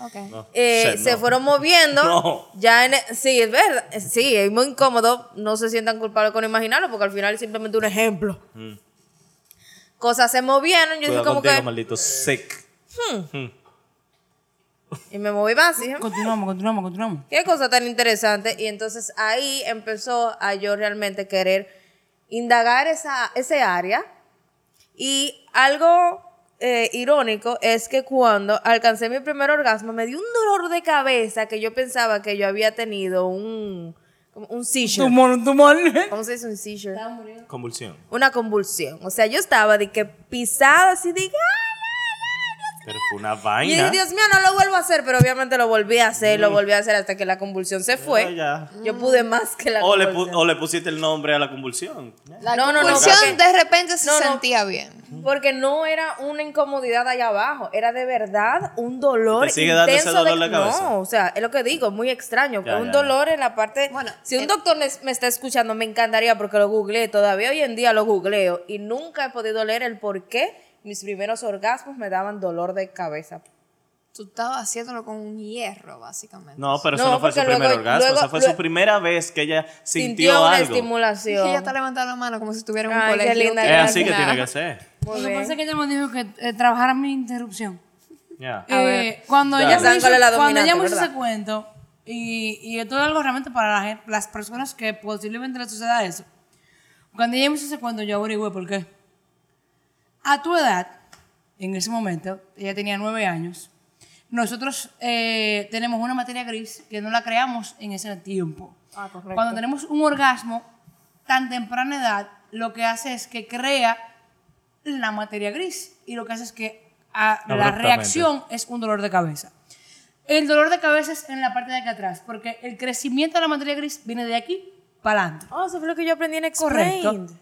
B: Ok.
A: No.
C: Eh,
A: Shit,
C: se
A: no.
C: fueron moviendo.
A: No.
C: Ya en, sí, es verdad. eh, Sí, es muy incómodo. No se sientan culpables con imaginarlo porque al final es simplemente un ejemplo.
A: Mm.
C: Cosas se movieron. Yo dije
A: Cuidado
C: como
A: contigo,
C: que.
A: maldito sick.
C: Y me moví más. Dije,
D: Continuamos, continuamos, continuamos.
C: qué cosa tan interesante. Y entonces ahí empezó a yo realmente querer indagar esa, ese área. Y algo eh, irónico es que cuando alcancé mi primer orgasmo me dio un dolor de cabeza que yo pensaba que yo había tenido un, como un seizure.
D: Tumor, un tumor.
C: ¿Cómo se dice un seizure?
A: Convulsión.
C: Una convulsión. O sea, yo estaba de que pisada así, de que, ¡ah!
A: Pero fue una
C: Y dije,
A: vaina.
C: Dios mío, no lo vuelvo a hacer, pero obviamente lo volví a hacer, lo volví a hacer hasta que la convulsión se
A: Pero
C: fue.
A: ya.
C: Yo pude más que la
A: O le, pu-
C: convulsión.
A: o le pusiste el nombre a la convulsión.
B: La
C: No, no, no,
B: convulsión
C: porque-
B: de repente se
C: No, no.
B: sentía bien.
A: Mm.
C: Porque no era una incomodidad allá abajo, era de verdad un dolor
A: ¿Te sigue dando ese
C: intenso
A: dolor de cabeza?
C: No, o sea, es lo que digo, muy extraño,
A: Ya,
C: un
A: ya,
C: dolor en la parte...
B: Bueno,
C: si un
B: eh,
C: doctor me, me está escuchando, me encantaría porque lo googleé, todavía hoy en día lo googleo y nunca he podido leer el por qué mis primeros orgasmos me daban dolor de cabeza.
B: Tú estabas haciéndolo con un hierro, básicamente.
A: No, pero eso
C: No,
A: no fue su
C: porque
A: primer
C: luego-
A: orgasmo.
C: luego-
A: Esa fue
C: luego-
A: su primera vez que ella sintió,
C: Sintió una
A: algo.
B: Es que ella está
C: estimulación.
B: levantando la mano como si estuviera en un
C: Ay, qué
B: colegio.
C: linda,
A: Es así que
C: Gracias.
A: tiene que ser.
C: Muy
D: Lo que
C: bien.
D: pasa es que ella me dijo que eh, trabajara mi interrupción.
A: Ya.
D: Eh, cuando
A: Ya
D: ella me
C: saben
D: hizo,
C: cuál es la
D: cuando ella
C: dominante,
D: me hizo
C: ¿verdad?
D: ese cuento, y, y esto es algo realmente para la gen- las personas que posiblemente les suceda eso. Cuando ella me hizo ese cuento, yo averigüé por qué. A tu edad, en ese momento, ella tenía nueve años, nosotros eh, tenemos una materia gris que no la creamos en ese tiempo.
C: Ah, correcto.
D: Cuando tenemos un orgasmo tan temprana edad, lo que hace es que crea la materia gris y lo que hace es que ah, la
A: Abruptamente.
D: reacción es un dolor de cabeza. El dolor de cabeza es en la parte de acá atrás, porque el crecimiento de la materia gris viene de aquí para adelante.
C: Ah, eso fue lo que yo aprendí en Explained.
D: Correcto.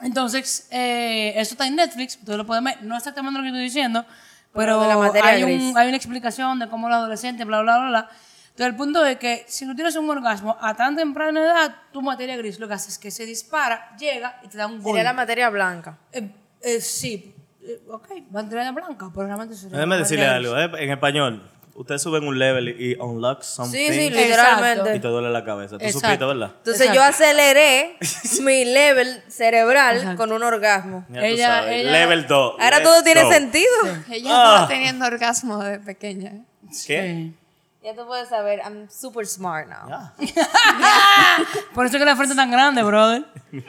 D: Entonces, eh, eso está en Netflix, ustedes lo pueden ver. No exactamente lo que estoy diciendo, pero
C: de la materia
D: hay,
C: gris.
D: un- hay una explicación de cómo los adolescentes, bla, bla, bla, bla. Entonces, el punto es que si tú tienes un orgasmo a tan temprana edad, tu materia gris lo que hace es que se dispara, llega y te da un golpe.
C: Sería la materia blanca.
D: Eh, eh, sí, eh, ok, materia blanca, pero realmente sería
A: Déjeme
D: materia
A: decirle
D: gris.
A: algo, eh, en español. Ustedes suben un level y unlock something
C: Sí, sí,
D: Exacto.
C: literalmente.
A: y te duele la cabeza. Tú
D: Exacto.
A: supiste, ¿verdad?
C: Entonces yo
D: Exacto.
C: aceleré mi level cerebral con un orgasmo.
A: Ya tú
D: Ella-
A: sabes.
D: ella-
A: Level 2.
C: Ahora todo tiene sentido.
B: Ella
A: Ah.
B: estaba teniendo orgasmo de pequeña.
A: ¿Qué?
D: Sí.
C: Ya tú puedes saber, I'm super smart now.
A: Ah.
D: Por eso es que la frente es tan grande, brother.
C: Funny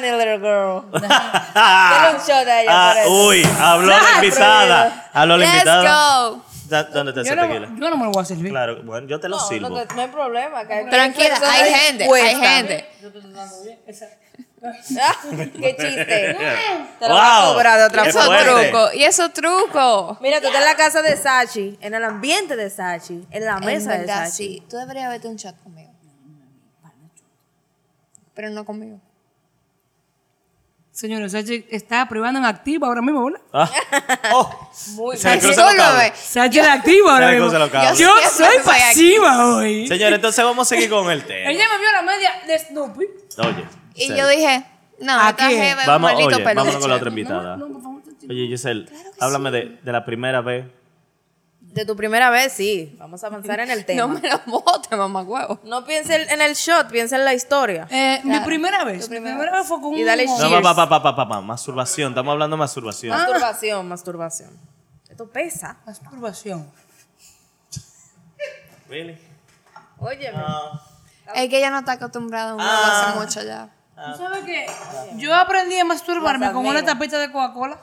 C: little girl. Dale un shot a ella
A: Ah,
C: por eso.
A: uy, habló la invitada. Habló la
B: Let's
A: invitada.
B: go.
A: Da- ¿Dónde está ese
D: Yo no,
A: tequila?
D: yo no me lo voy a servir.
A: Claro, bueno, yo te lo
C: No,
A: sirvo.
C: no, te- no hay problema. que hay
B: Tranquila,
C: personas
B: hay gente, hay
C: dispuestas.
B: gente.
C: Ah, Qué chiste. Te lo voy a
A: wow,
C: cobrar de otra
A: qué
B: Eso es
A: fuerte.
B: truco. Y eso es truco.
C: Mira, tú estás en la casa de Sachi, en el ambiente de Sachi, en la mesa
B: En
C: de
B: verdad,
C: Sachi.
B: sí. Tú deberías verte un shot conmigo. Pero no conmigo.
D: Señores, Sachi está privando en activa ahora mismo, ¿verdad?
A: Ah. Oh,
C: Muy
A: Se
C: bien.
A: cruza
B: Solo
A: los cables.
B: ve.
D: Sachi en activa ahora
A: Ay,
D: mismo.
A: cosa loca.
D: Yo
B: Yo
D: soy
B: siempre soy
D: pasiva hoy.
A: Señores, entonces vamos a seguir con el tema.
D: Ella me vio la media de Snoopy.
A: Oye.
B: Y
A: Giselle,
B: yo dije, no,
D: ¿A
B: esta
D: quién?
B: jeva es un
A: vamos,
B: maldito
A: oye, vámonos
B: peluche.
A: con la otra invitada.
D: No, por favor, Sachi.
A: Oye, Giselle, háblame de, de la primera vez.
C: De tu primera vez, sí. Vamos a avanzar en el tema.
B: No
C: No,
B: me lo bote, mamá huevo.
C: piense en el shot, piensa en la historia.
D: Eh, Mi primera vez. mi primera vez fue con
C: Y dale
D: un...
A: No,
C: Cheers.
A: pa, pa, pa, pa, pa, pa, pa, masturbación, estamos hablando de masturbación.
D: Ah.
C: Masturbación, masturbación. Esto pesa.
D: Masturbación.
A: Really?
C: Oye,
B: Es que ella no está acostumbrada a un huevo
A: Ah.
B: hace mucho ya.
D: ¿Tú sabes qué? Yo aprendí a masturbarme con una tapita de Coca-Cola.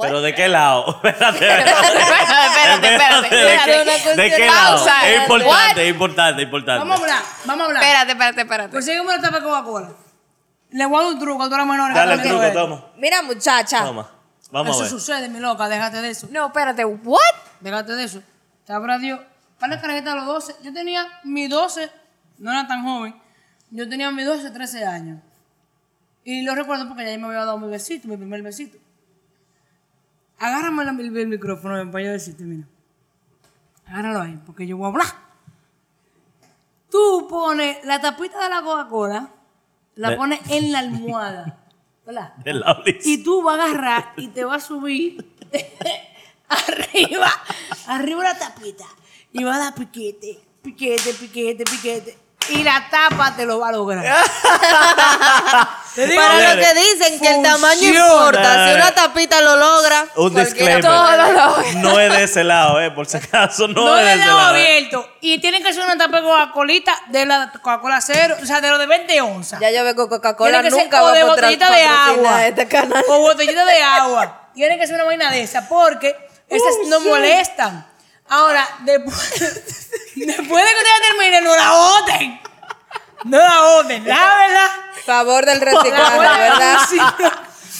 A: ¿Pero de qué lado? Espérate,
B: espérate, espérate, espérate.
A: ¿De qué- ¿De qué lado?
B: Pausa.
A: Es importante,
B: What?
A: es importante, es importante.
D: Vamos a hablar, vamos a hablar.
B: Espérate, espérate, espérate.
D: Conseguimos una tapa de Coca-Cola. Le voy a dar un truco a todas las menores.
A: Dale el
D: que están
A: truco,
D: viendo
A: toma.
C: Mira, muchacha.
A: Toma.
D: esto.
A: Vamos a
D: Eso
A: ver.
D: sucede, mi loca, déjate de eso.
B: No, espérate, what?
D: Déjate de eso. Te habrá Dios. Para la carajita a los 12. Yo tenía mis 12, no era tan joven. Yo tenía mis 12, 13 años. Y lo recuerdo porque ya yo me había dado mi besito, mi primer besito. Agárrame la- el, el micrófono ven, para yo decirte, mira. Agárralo ahí, porque yo voy a hablar. Tú pones la tapita de la Coca-Cola, la
A: De-
D: pones en la almohada. ¿Verdad?
A: Del lado liso.
D: Y tú vas a agarrar y te vas a subir arriba, arriba la tapita. Y vas a dar piquete, piquete, piquete, piquete. Y la tapa te lo va a lograr. Te digo,
C: Para lo
A: Señores,
C: que dicen que el tamaño
D: funciona.
C: importa, si una tapita lo logra,
A: Un
C: cualquiera-
A: disclaimer. No es de ese lado, eh, por si acaso. No,
D: no
A: es de
D: le
A: ese
D: lado
A: lado.
D: abierto. Y tiene que ser una tapa de Coca-Colita de la Coca-Cola cero, o sea, de lo de 20 onzas.
C: Ya yo veo que Coca-Cola
D: Tiene que ser
C: nunca
D: o
C: va a
D: de
C: poder
D: botellita de
C: patrocinar
D: agua.
C: este canal.
D: O botellita de agua. Tiene que ser una vaina de esa, porque esas no molestan. Ahora, después, después de que ustedes terminen, no la boten. No la boten, la verdad.
C: Favor del
D: La
C: reciclaje,
D: buena
C: ¿verdad?
D: noticia.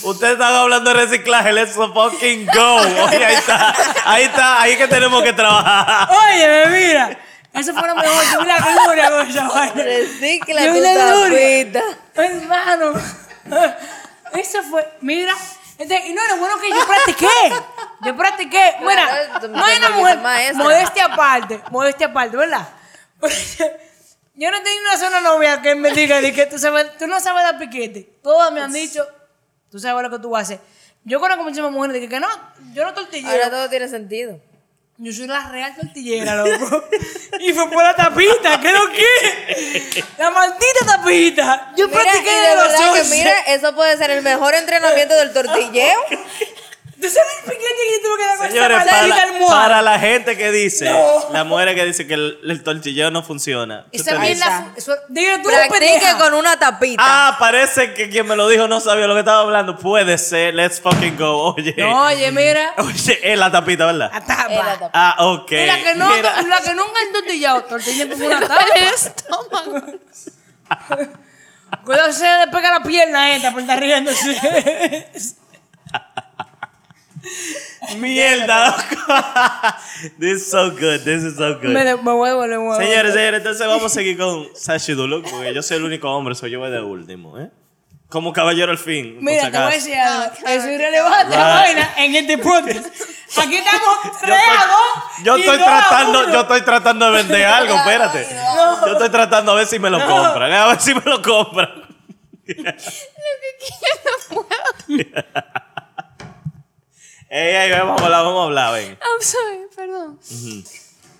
A: Ustedes están hablando de reciclaje. Let's fucking go. Oye, ahí está. Ahí está. Ahí que tenemos que trabajar.
D: Oye, mira. Eso fue lo mejor. Yo vi la gloria con esa vaina.
C: Recicla
D: Yo vi
C: tu
D: la gloria.
C: tapita.
D: Hermano. Eso fue. Mira. Este, y no, lo bueno que yo practiqué. Yo practiqué. Mira,
C: tú
D: no hay
C: te
D: una
C: volviste
D: mujer.
C: maestra.
D: Modestia aparte. Modestia aparte, ¿verdad? Yo no tengo una sola novia que me diga de que tú, sabes, tú no sabes dar piquete. Todas me han
C: Pues
D: dicho, tú sabes lo que tú haces. Yo conozco muchísimas mujeres de que, que no, yo no
C: Ahora
D: tortillera.
C: todo tiene sentido.
D: Yo soy la real tortillera, loco. y fue por la tapita, ¿qué lo que? La maldita tapita. Yo
C: Mira,
D: practiqué
C: y
D: de
C: de
D: los
C: verdad que
D: 11.
C: mira, eso puede ser el mejor entrenamiento del tortilleo.
D: ¿Tú sabes el piquete que yo tuve que dar con
A: Señores,
D: esta maldita
A: para,
D: almohada?
A: para la gente que dice, la mujer que dice que el, el tortilleo no funciona. ¿Tú
D: Esa
A: te dices?
D: mierda. Eso, dile tú,
C: Practique
D: pendeja.
C: con una tapita.
A: Ah, parece que quien me lo dijo no sabía lo que estaba hablando. Puede ser. Let's fucking go. Oye.
D: Oye, mira.
A: Oye, es la tapita, ¿verdad?
D: La tapa.
C: Eh, la tapa.
A: Ah, ok.
D: Y la que, no,
A: Mira.
D: la que nunca han tortillado, tortilla con una tapa.
B: El estómago.
D: Cuidado se le pega la pierna esta por estar riéndose.
A: Mierda, loco. This is so good. This is so good.
D: me, de- me vuelvo, le vuelvo.
A: Señores, señores, entonces vamos a seguir con Sashi Duluk, porque yo soy el único hombre, soy yo voy de último, ¿eh? Como caballero al fin. por si
D: Mira, te voy a
A: acaso.
D: decir algo.
B: No, claro,
D: es irrelevante la
A: claro.
D: vaina en este podcast. Aquí estamos
A: Yo
D: tres
A: estoy-
D: a dos.
A: Yo
D: y
A: estoy
D: dos a
A: tratando,
D: uno.
A: yo estoy tratando de vender algo, espérate.
D: No.
A: Yo estoy tratando a ver si me lo compran, ¿eh? a ver si me lo compran. Ey, ey, vamos a hablar, vamos a hablar, ven.
B: I'm sorry, perdón.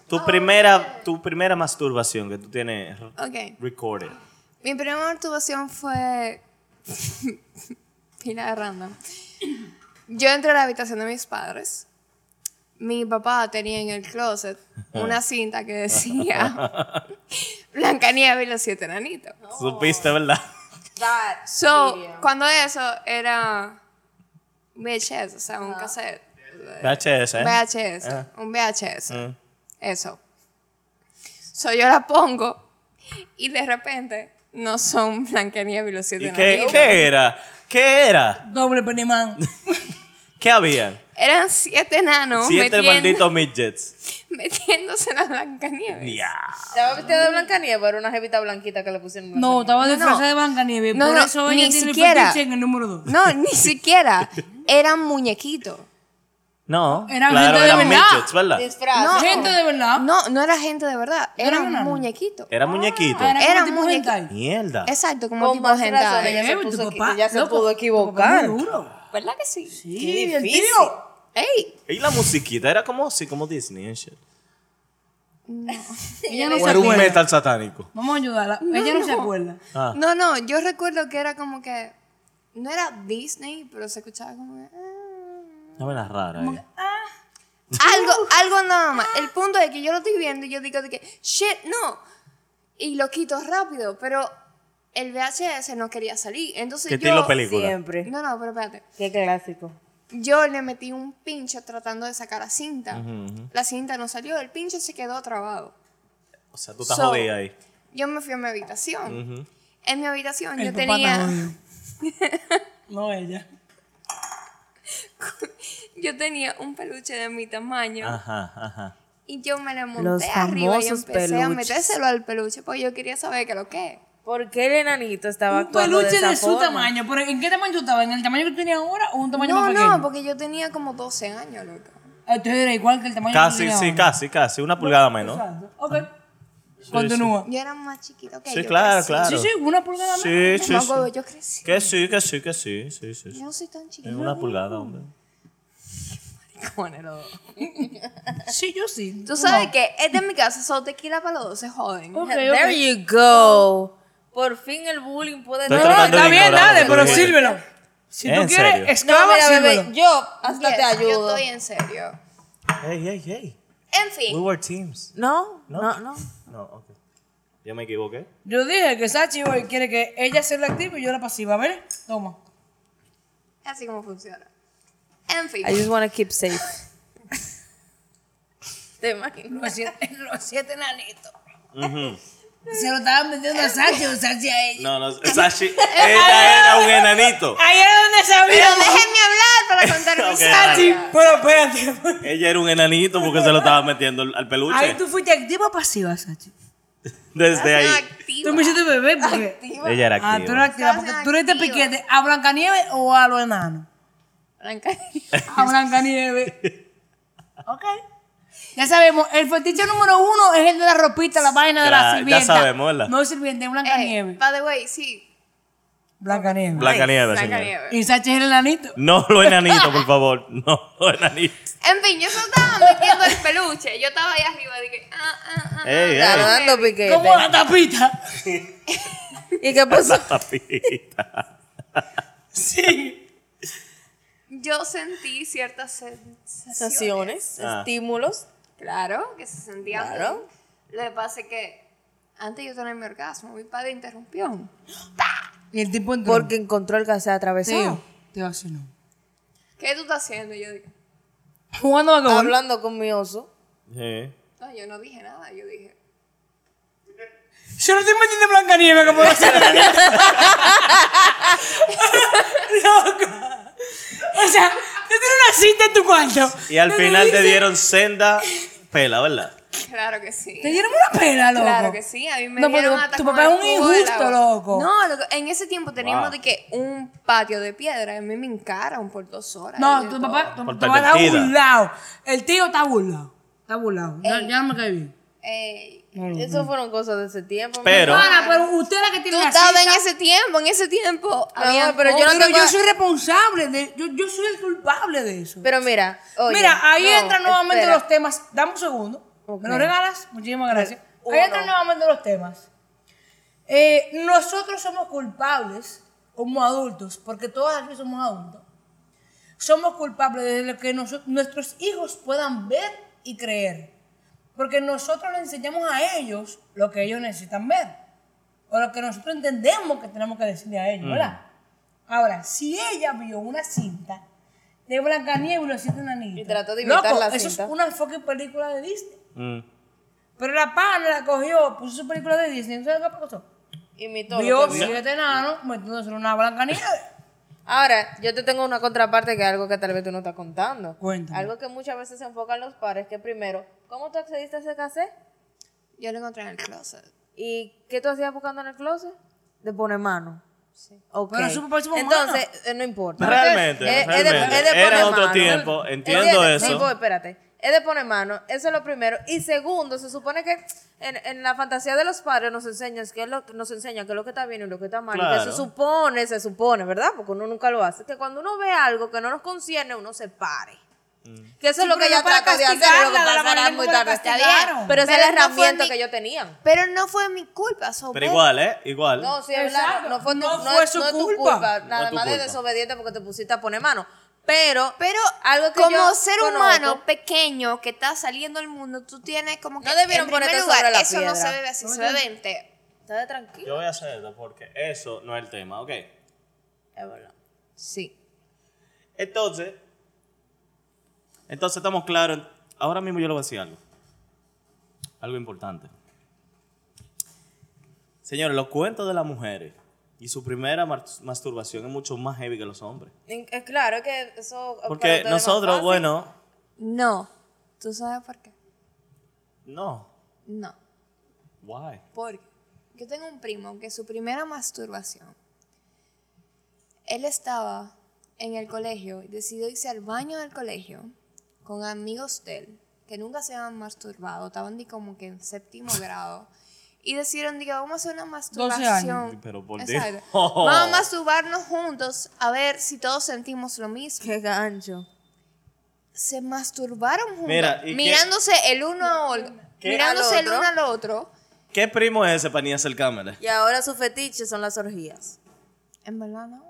A: Tu primera, tu primera masturbación que tú tienes
B: Ok.
A: recorded.
B: Mi primera masturbación fue. Pila de random. Yo entré a la habitación de mis padres. Mi papá tenía en el closet
A: Ah.
B: una cinta que decía Blancanieves y los siete enanitos.
A: Supiste, ¿verdad?
C: That
B: So,
C: video.
B: cuando eso era VHS, o sea, un cassette.
A: VHS, ¿eh?
B: VHS,
A: Ah.
B: un VHS.
A: Ah.
B: Eso. So, yo la pongo y de repente no son Blancanieves y los siete
A: ¿Y qué,
B: enanitos.
A: qué era? ¿Qué era?
D: Doble penimán.
A: ¿Qué habían?
B: Eran siete enanos
A: Siete
B: metien-
A: malditos midgets.
B: metiéndose en la Blancanieves.
A: Ya.
C: ¿Estaba vestida de blanca nieve era una jevita blanquita que le pusieron blanca
D: No,
C: nieve?
D: estaba disfrazada de Blancanieves.
B: No,
D: por
B: no,
D: eso
B: ni
D: ella tiene
B: siquiera.
D: el fetiche en el número 2.
B: No, ni siquiera. Eran muñequitos.
A: No,
D: Eran
A: claro,
D: gente de
A: eran
D: verdad.
A: midgets, ¿verdad?
C: Disfraz.
B: No.
D: Gente de verdad.
B: No, no era gente de verdad.
D: eran
B: Eran
D: enanos.
B: muñequitos.
A: Era muñequito.
D: Ah,
B: Era
D: como tipo
B: muñeca.
D: hentai.
A: Mierda.
B: Exacto, como
C: Con
B: tipo
C: más
B: hentai.
C: razón, ella
D: Eh,
C: se
D: tu
C: puso equi-
D: papá,
C: ya se
D: loco,
C: pudo
D: tu papá
C: equivocar.
D: es muy duro.
B: ¿Verdad que sí?
D: Sí,
C: Qué
D: el
C: difícil.
D: tío.
B: ¡Ey!
A: Y la musiquita era como así, como Disney and shit.
D: Ella no
A: O
D: se
A: era un
D: acuerda.
A: metal satánico.
D: Vamos a ayudarla. ella no, se acuerda.
A: Ah.
B: No, no, yo recuerdo que era como que. No era Disney, pero se escuchaba como que. ah.
A: Dame la rara. eh. ahí.
B: Algo, algo nada más. El punto es que yo lo estoy viendo y yo digo de que, shit, no. Y lo quito rápido, pero el VHS no quería salir. Entonces
A: ¿Qué
B: yo.
A: estilo película?
C: Siempre.
B: No, no, pero espérate.
C: Qué clásico.
B: Yo le metí un pincho tratando de sacar la cinta. La cinta no salió, el pincho se quedó trabado.
A: O sea, tú estás
B: So,
A: jodida ahí.
B: Yo me fui a mi habitación. En mi habitación yo
D: El papá
B: tenía.
D: también. No ella.
B: Yo tenía un peluche de mi tamaño.
A: Ajá, ajá.
B: Y yo me le monté
C: Los
B: arriba y
C: famosos
B: empecé a
C: peluches.
B: metérselo al peluche, porque yo quería saber qué lo que es.
C: ¿Por qué el enanito estaba
D: Un
C: actuando
D: peluche
C: esa
D: de su
C: forma?
D: tamaño. ¿Pero en qué tamaño tú estabas? ¿En el tamaño que tú tenías ahora o un tamaño
B: No,
D: más pequeño?
B: no, porque yo tenía como 12 años, loco.
D: Ah, Entonces era igual que el tamaño que
A: Casi,
D: tú tenías
A: sí,
D: ahora.
A: casi, casi. Una pulgada menos.
D: Exacto. Ok. Continúa.
B: Yo era más chiquita que
A: Sí,
B: yo
A: claro,
B: crecí.
A: claro.
D: Sí, sí, una pulgada más.
A: Sí, sí,
B: No,
A: sí.
B: huevo, yo crecí.
A: Que sí, que sí, que sí, sí, sí. sí.
B: Yo no soy tan chiquita.
A: Es una pulgada, hombre.
D: Sí, yo sí.
B: Tú sabes que este es de mi casa, solo tequila para los 12 joven.
D: Ok,
C: There
D: ok.
C: you go. Por fin el bullying puede
A: Estoy
D: No, no,
A: tratando
D: está
A: de
D: bien,
A: ignorar lo
D: dale,
A: que
D: pero
A: dijiste.
D: sírvelo. Si tú
A: ¿En serio?
D: quieres,
C: No,
D: esclava,
C: mira, bebé,
D: sírvelo.
C: yo hasta
B: Yes,
C: te
B: Yo
C: ayudo.
B: estoy en serio.
A: Hey, hey, hey.
B: En
A: We
B: fin,
A: were teams.
C: No,
A: No.
C: no, no.
A: No, ok. ¿Yo me equivoqué?
D: Yo dije que Sachi hoy quiere que ella sea la activa y yo la pasiva. A ver, toma.
B: así como funciona. En fin,
C: I just want to keep safe. te imagino.
D: Los siete, los siete nanitos. Se lo estaban metiendo a Sachi o Sachi a ella.
A: No, no, Sashi, ella era un enanito.
D: Ahí era donde
B: pero
D: sabía.
B: déjenme hablar para contar mi
A: Ok,
D: Sachi,
B: historia.
D: pero espérate.
A: Ella era un enanito porque se lo estaba metiendo al al
D: Ahí
A: peluche.
D: tú fuiste activa o pasiva, Sachi.
A: Desde
B: No,
A: ahí.
B: activa.
D: Tú me hiciste bebé porque.
B: Activa.
A: Ella era
D: Ah, tú eras
A: activa.
D: activa porque tú le diste
B: Activa.
D: piquete a Blancanieves o a los enanos.
B: Blanca.
D: a Blancanieves. ok. Ya sabemos, el fetiche número uno es el de la ropita, la vaina de
A: Ya-
D: la
A: ya
D: sirvienta.
A: sabemos, ¿verdad?
D: No sirvienta, es
B: Eh,
D: Blancanieves.
B: by the way, sí.
D: Eh, Blancanieves.
A: Blancanieves,
B: Blanca
A: señor.
D: Y Sachi es el enanito.
A: No lo enanito, por favor. No lo enanito.
B: En fin, yo solo estaba metiendo el peluche. Yo estaba ahí arriba de que. Ah, ah, ah.
A: Ey, ey.
B: ah, ah,
C: Dando
B: baby.
C: piquete.
D: Como la tapita.
C: ¿Y qué pasó?
A: Tapita.
D: Sí.
B: Yo sentí ciertas sensaciones.
C: Sensaciones,
A: Ah.
C: estímulos.
B: Claro, que se sentía
C: Claro.
B: bien. Lo que pasa es que antes yo tenía mi orgasmo, mi padre interrumpió.
D: Y el tipo entró.
C: Porque encontró el que se atravesó.
D: Tío, te va a hacer no.
B: ¿Qué tú estás haciendo? Y yo dije,
D: Jugando a gol.
C: Hablando con mi oso.
A: Sí.
B: no, yo no dije nada. Yo dije,
D: Yo no estoy metiendo en Blancanieves como la sirvienta. Loca. O sea, tú tienes una cinta en tu cuarto.
A: Y al
D: Tú
A: final te
D: dices-
A: dieron senda pela, ¿verdad?
B: Claro que sí.
D: Te dieron una pela, loco.
B: Claro que sí, a mí me
D: No, pero
B: dieron
D: tu-
B: hasta
D: tu
B: con
D: papá
B: el
D: es un
B: cubo de la
D: injusto,
B: boca.
D: loco.
B: No, loco, en ese tiempo teníamos
A: Wow.
B: de que un patio de piedra, a mí me encaran por dos horas. y
D: No,
B: de
D: tu
B: todo.
D: papá, tu,
A: Por
D: tu papá está
A: pervertida.
D: burlado. El tío está burlado. Está burlado. Ya,
B: Ey.
D: ya no me cae bien.
B: Ey,
C: Eso fueron cosas de ese tiempo.
A: Pero-
C: mi
D: Para,
C: hermana.
D: pero usted es la que
B: tú
D: tiene la
B: estabas en
D: cita.
B: ese tiempo, en ese tiempo.
C: No,
B: había-
C: pero
D: Oh,
C: yo no
D: pero
C: tengo-
D: yo soy responsable. De, yo, yo soy el culpable de eso.
C: Pero mira, oye,
D: Mira, ahí
C: no,
D: entran nuevamente
C: espera.
D: los temas. Dame un segundo.
C: Ok.
D: ¿Me lo regalas? Muchísimas gracias.
C: Uno.
D: Ahí entran nuevamente los temas. Eh, nosotros somos culpables como adultos, porque todos aquí somos adultos. Somos culpables de lo que noso- nuestros hijos puedan ver y creer. Porque nosotros le enseñamos a ellos lo que ellos necesitan ver. O lo que nosotros entendemos que tenemos que decirle a ellos, ¿verdad? Ahora, si ella vio una cinta de Blancanieves y los siete enanitos.
C: Y trató de imitar
D: loco,
C: la
D: eso
C: cinta.
D: es una fucking película de Disney.
A: Mm.
D: Pero la pana la cogió, puso su película de Disney, ¿sabes qué pasó?
C: Imitó lo
D: vio
C: que vio.
D: siete enanos metiéndose en una Blancanieves.
C: Ahora, yo te tengo una contraparte que es algo que tal vez tú no estás contando.
D: Cuéntame.
C: Algo que muchas veces se enfocan los padres, que primero, ¿cómo tú accediste a ese cassette?
B: Yo lo encontré en el closet.
C: ¿Y qué tú hacías buscando en el closet? De poner mano. Sí.
D: Pero su papá es su mamá.
C: Entonces, eh, no importa.
A: Realmente,
C: Es- es de-
A: realmente.
C: es de
A: Era
C: poner
A: otro
C: mano.
A: tiempo, entiendo
C: ¿Entiendes?
A: eso.
C: Tipo, espérate. Es de poner mano, eso es lo primero. Y segundo, se supone que en, en la fantasía de los padres nos enseñan qué es lo, nos enseña qué es lo que está bien y lo que está mal. Y que
A: Claro.
C: se supone, se supone, ¿verdad? Porque uno nunca lo hace. Que cuando uno ve algo que no nos concierne, uno se pare.
A: Mm.
C: Que eso es
D: Sí,
C: lo que
D: pero
C: ella
D: no para
C: trató de hacer,
D: castigarla
C: lo que
D: de la
C: pasa
D: manera
C: era
D: en
C: muy
D: cómo la
C: tarde. Está bien,
D: castigaron.
C: pero esa
B: Pero
C: es la
B: no fue
C: herramienta
B: mi-
C: que ellos tenían.
B: Pero no fue mi culpa, so
A: Pero
B: ve-
A: igual, ¿eh? Igual.
C: No, sí, es
D: Exacto.
C: verdad. No fue, tu-
D: No
C: no
D: fue
C: es-
D: su
C: no es tu
D: culpa.
C: culpa.
A: No
C: Nada
A: es tu
C: más de
A: culpa.
C: desobediente porque te pusiste a poner mano. Pero,
B: Pero
C: algo que
B: como
C: yo
B: ser
C: conozco-
B: humano pequeño que está saliendo al mundo, tú tienes como que
C: No debieron
B: en primer
C: ponerte
B: lugar,
C: sobre la
B: eso no
C: piedra.
B: se bebe así, se bebe entero.
C: Está de tranquilo.
A: Yo voy a hacer esto porque eso no es el tema, ¿ok?
C: Es verdad.
B: Sí.
A: Entonces, entonces estamos claros. Ahora mismo yo le voy a decir algo. Algo importante. Señores, los cuentos de las mujeres y su primera mar- masturbación es mucho más heavy que los hombres.
C: En- Es claro que eso. para
A: Porque
C: ustedes es más
A: nosotros,
C: fácil.
A: bueno,
B: No. ¿Tú sabes por qué?
A: no.
B: No.
A: Why?
B: Porque yo tengo un primo que su primera masturbación, él estaba en el colegio y decidió irse al baño del colegio con amigos de él que nunca se habían masturbado, estaban ni como que en séptimo grado. Y decidieron, diga, vamos a hacer una
D: 12 años.
B: masturbación.
A: Pero por Oh.
B: Exacto.
A: Dios.
B: Vamos a masturbarnos juntos a ver si todos sentimos lo mismo
C: Qué gancho.
B: se masturbaron juntos,
A: Mira, ¿y qué-
B: mirándose el uno a ol-
A: ¿Qué?
B: mirándose
C: ¿Al
B: el
C: otro?
B: uno al otro.
A: ¿Qué primo es ese para ni hacer cámara?
C: Y ahora su fetiche son las orgías.
B: En verdad no.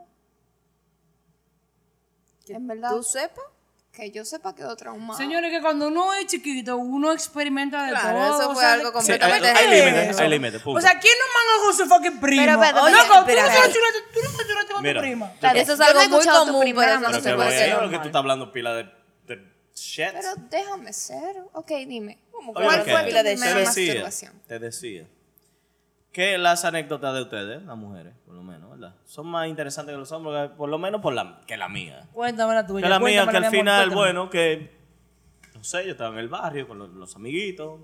C: Que
B: En verdad.
C: ¿Tú sepas?
B: Que yo sepa quedó traumado.
D: Señores, que cuando uno es chiquito, uno experimenta de
C: Claro,
D: todo.
C: eso
D: o
C: fue
D: sea,
C: algo
D: ¿qué
C: completamente
A: hay- hay
D: es
A: límites,
D: eso?
A: hay límites, punto.
D: O sea, ¿quién no manga con su fucking primo?
B: Pero, pero,
D: Oye,
B: pero,
D: Loco, tú
C: espera,
D: no
C: espera.
D: te chulaste, tú no te chulaste con
A: Mira,
D: tu prima.
A: yo-
C: Eso es
B: Yo no he
C: algo muy
B: escuchado tu
C: común,
B: primera
C: pero eso no
A: Pero
B: masturbación.
C: se
A: que
C: puede hacer
A: bueno, que tú
C: normal.
A: estás hablando pila de, de shit.
B: Pero déjame ser. Ok, dime.
C: ¿Cómo que
A: Oye,
B: ¿Cuál
A: ok.
C: no?
B: fue tu
C: Pila de
B: primera
C: shit.
A: decía,
B: masturbación?
A: te decía que las anécdotas de ustedes, las mujeres, por lo menos, ¿verdad? Son más interesantes que los hombres, por lo menos por la, que la mía.
D: Cuéntame la
A: Que
D: tuya.
A: la mía,
D: Pues cuéntame
A: que al
D: mi amor,
A: final,
D: cuéntame.
A: bueno, que, no sé, yo estaba en el barrio con los, los amiguitos,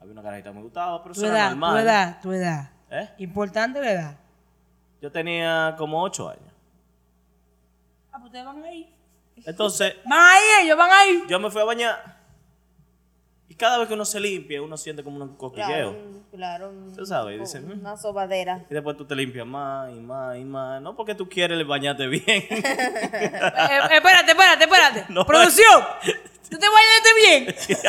A: había una carajita que me gustaba, pero
D: Tu
A: eso era
D: edad, tu
A: normal.
D: edad, tu edad.
A: ¿Eh?
D: Importante la edad.
A: Yo tenía como ocho años.
D: Ah, pues ustedes van ahí.
A: Entonces,
D: Van ahí ellos, van ahí.
A: yo me fui a bañar y cada vez que uno se limpia, uno siente como un
C: Claro,
A: cosquilleo.
C: un- claro. un-
A: Tú sabes, dicen, "Mm".
C: Una sobadera.
A: Y después tú te limpias más y más y más. No porque tú quieres bañarte bien.
D: Eh, eh, espérate, espérate, espérate.
A: No,
D: Producción, tú te bañaste bien.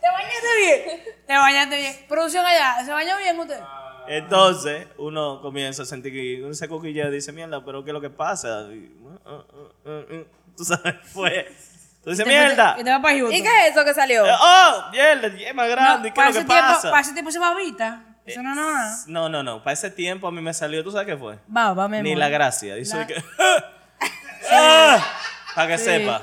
D: te bañaste bien. Te bañaste bien. Producción allá, ¿se bañó bien usted?
A: Entonces, uno comienza a sentir que uno se coquilla y dice, mierda, pero ¿qué es lo que pasa? Y, "Uh, uh, uh, uh". Tú sabes, fue. Tú dices, mierda.
D: Y te va para Houston.
C: ¿Y qué es eso que salió?
A: Eh, Oh, mierda, es más grande. ¿Qué
D: para
A: es lo
D: ese
A: que
D: tiempo, Para
A: pasa? Eh,
D: ese tiempo se babita. Eso no es nada.
A: No, no, no. Para ese tiempo a mí me salió, ¿tú sabes qué fue?
D: Va, va, mi amor.
A: Ni la gracia. Dice
D: La-
A: que. ¡Ah! Para que sepa.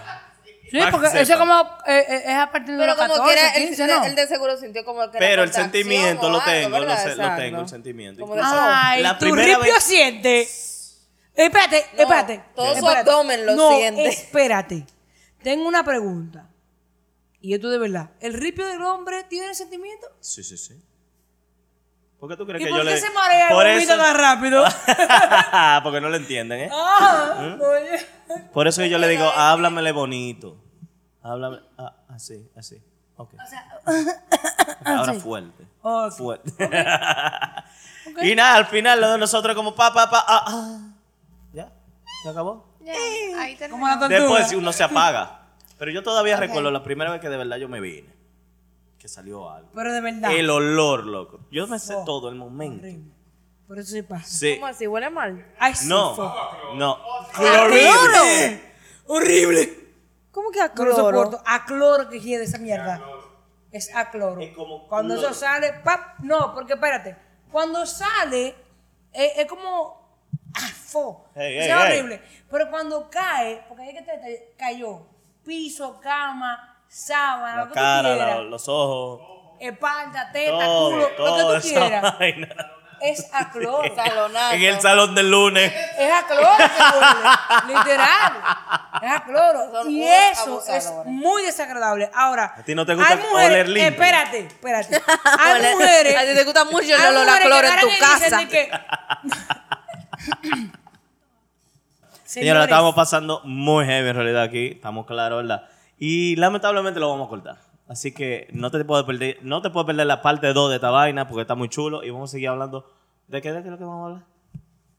D: Sí,
A: Para que
D: porque eso
A: sepa.
D: es como. eh, eh, es a partir de
C: Pero
D: los
C: como
D: 14,
C: quiera, él,
D: 15, ¿no?
C: él de seguro sintió como que era
A: Pero el
C: contracción
A: sentimiento
C: o
A: lo
C: algo,
A: tengo, lo
C: ¿verdad?
A: sé- lo
C: Exacto.
A: tengo, el sentimiento.
C: Como de
D: Ay,
A: La
D: tu
A: primera
D: ripio
A: vez-
D: siente. Espérate,
C: No,
D: espérate.
C: todo su
D: espérate.
C: abdomen lo
D: No,
C: siente.
D: Espérate. Tengo una pregunta. Y esto de verdad, ¿el ripio del hombre tiene sentimiento?
A: Sí, sí, sí. ¿Por qué tú crees
D: ¿Y
A: que
D: por
A: yo
D: qué
A: le.?
D: se marea y
A: Por
D: vomita
A: eso-
D: tan rápido?
A: Porque no lo entienden, ¿eh?
D: ah, oye.
A: Por eso yo le digo, háblamele bonito. Háblame. ah, así, así. Ok. Ahora fuerte.
D: Ok.
A: Fuerte. Y nada, al final lo de nosotros como pa, pa, pa. ah, ah. Ya, se acabó.
B: Ya, ahí
D: Como
B: terminó.
D: la tortuga.
A: Después uno se apaga. Pero yo todavía recuerdo la primera vez que de verdad yo me vine. Que salió algo.
D: Pero de verdad.
A: El olor, loco. Yo me sé
D: Oh,
A: todo el momento.
D: horrible. Por eso se pasa.
A: Sí.
C: ¿Cómo así? ¿Huele mal?
D: Ay, sí, fue.
A: No, no. Ah,
D: ¡Cloro! ¡Horrible!
C: ¿Cómo que a
D: No
C: cloro?
D: lo soporto. A cloro que quiere esa mierda. Es a cloro.
A: Es como
D: Cuando
A: cloro.
D: eso sale, pap, no, porque espérate. Cuando sale, eh, es como ah, afo.
A: Ey,
D: es
A: ey, ey.
D: horrible. Pero cuando cae, porque hay que te, te- cayó, piso, cama, sábana, lo
A: La
D: que
A: cara,
D: tú quieras,
A: la- los ojos.
D: espalda, teta,
A: Todo,
D: culo,
A: todo
D: lo que tú
A: esa
D: quieras.
A: vaina.
D: Es a cloro.
C: Salonazo.
A: En el salón del lunes.
D: Es a cloro que huele, literal. Es a cloro.
C: Son
D: Y
C: unos
D: eso es
C: abusadores.
D: muy desagradable. Ahora,
A: ¿A ti no te gusta
D: hay mujeres-
A: oler limpio?
D: Espérate, espérate. Hay mujeres.
C: A ti te gusta mucho el
D: hay
C: olor a
D: mujeres que
C: cloro en
D: agarran
C: tu
D: y dicen
C: casa.
D: de que-
A: Señora, la
D: Señores,
A: estamos pasando muy heavy en realidad aquí. Estamos claros, ¿verdad? Y lamentablemente lo vamos a cortar. Así que no te puedo perder, no te puedo perder la parte 2 de esta vaina porque está muy chulo y vamos a seguir hablando. ¿De qué, de qué es lo que vamos a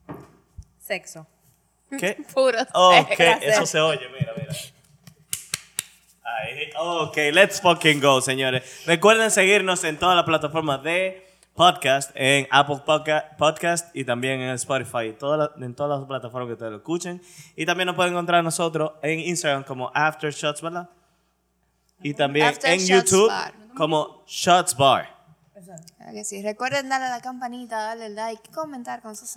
A: hablar?
C: Sexo.
A: ¿Qué?
B: Puro.
A: Ok,
C: Gracias.
A: eso se oye, mira, mira. Ahí, ok, let's fucking go, señores. Recuerden seguirnos en todas las plataformas de podcast, en Apple Podca- Podcast y también en Spotify, todas las- en todas las plataformas que ustedes lo escuchen. Y también nos pueden encontrar nosotros en Instagram como Aftershots, ¿verdad? Y también en
B: Aftershots
A: YouTube
B: Bar.
A: como Shots Bar.
B: Claro que sí. Recuerden darle a la campanita, darle like y comentar con sus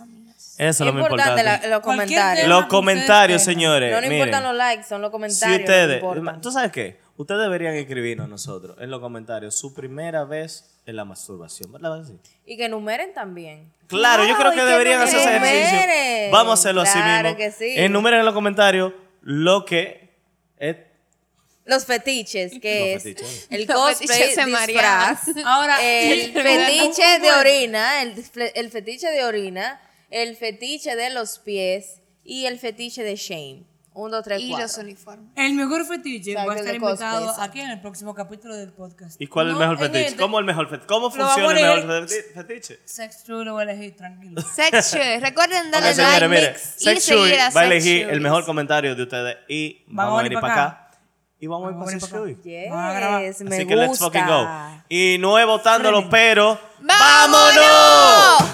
A: Eso
B: amigos.
A: es lo más
C: importante
A: importante.
C: la- los
D: Cualquier
C: comentarios.
D: tema
A: Los
D: que
A: comentarios,
D: ustedes tengan.
A: señores.
C: No nos
A: eh, miren.
C: importan los likes, son los
A: Si
C: comentarios.
A: ustedes,
C: no importan.
A: ¿tú sabes qué? Ustedes deberían escribirnos a nosotros en los comentarios su primera vez en la masturbación, ¿verdad? que sí?
C: Y que enumeren también.
A: Claro, yo creo
C: y
A: que
C: que
A: deberían
C: nos
A: hacer ese ejercicio.
C: enumeren.
A: Vamos a hacerlo así
C: Claro
A: mismo.
C: que sí.
A: Enumeren en los comentarios lo que es
C: Los fetiches, que
A: Los
C: es
A: fetiches.
C: el
B: Los
C: cosplay
B: fetiches de Mariana.
C: disfraz,
D: Ahora,
C: el
D: yo-
C: fetiche de
D: Bueno.
C: orina, el, disfle- el fetiche de orina, el fetiche de los pies y el fetiche de shame. Un, dos, tres,
B: Y
C: cuatro.
B: los uniformes.
D: El mejor fetiche
C: Exacto,
D: va a estar
C: el de
D: invitado
C: cosplay,
D: aquí en el próximo capítulo del podcast.
A: y cuál es el
D: No
A: mejor
D: en
A: fetiche.
D: este.
A: ¿Cómo el mejor fetiche? ¿Cómo
D: vamos
A: funciona
D: a
A: el
D: leer.
A: mejor feti- fetiche?
D: Sex True lo voy a elegir, tranquilo.
B: Sexual. Recuerden darle
A: Ok,
B: like
A: señores, miren,
B: mix, y
A: Sex
B: seguir
A: Shui
B: a
A: va a elegir
B: Sexual.
A: el mejor comentario de ustedes y vamos, a venir para acá. y vamos,
D: Vamos
A: a
D: a
A: ir
D: venir
A: para
D: pa'
A: Sex
D: acá.
A: Shui.
C: Yes,
D: Vamos a grabar.
C: pues, me
A: Así
C: gusta.
A: que let's fucking go. Y no es votándolo, pero
B: ¡Vámonos!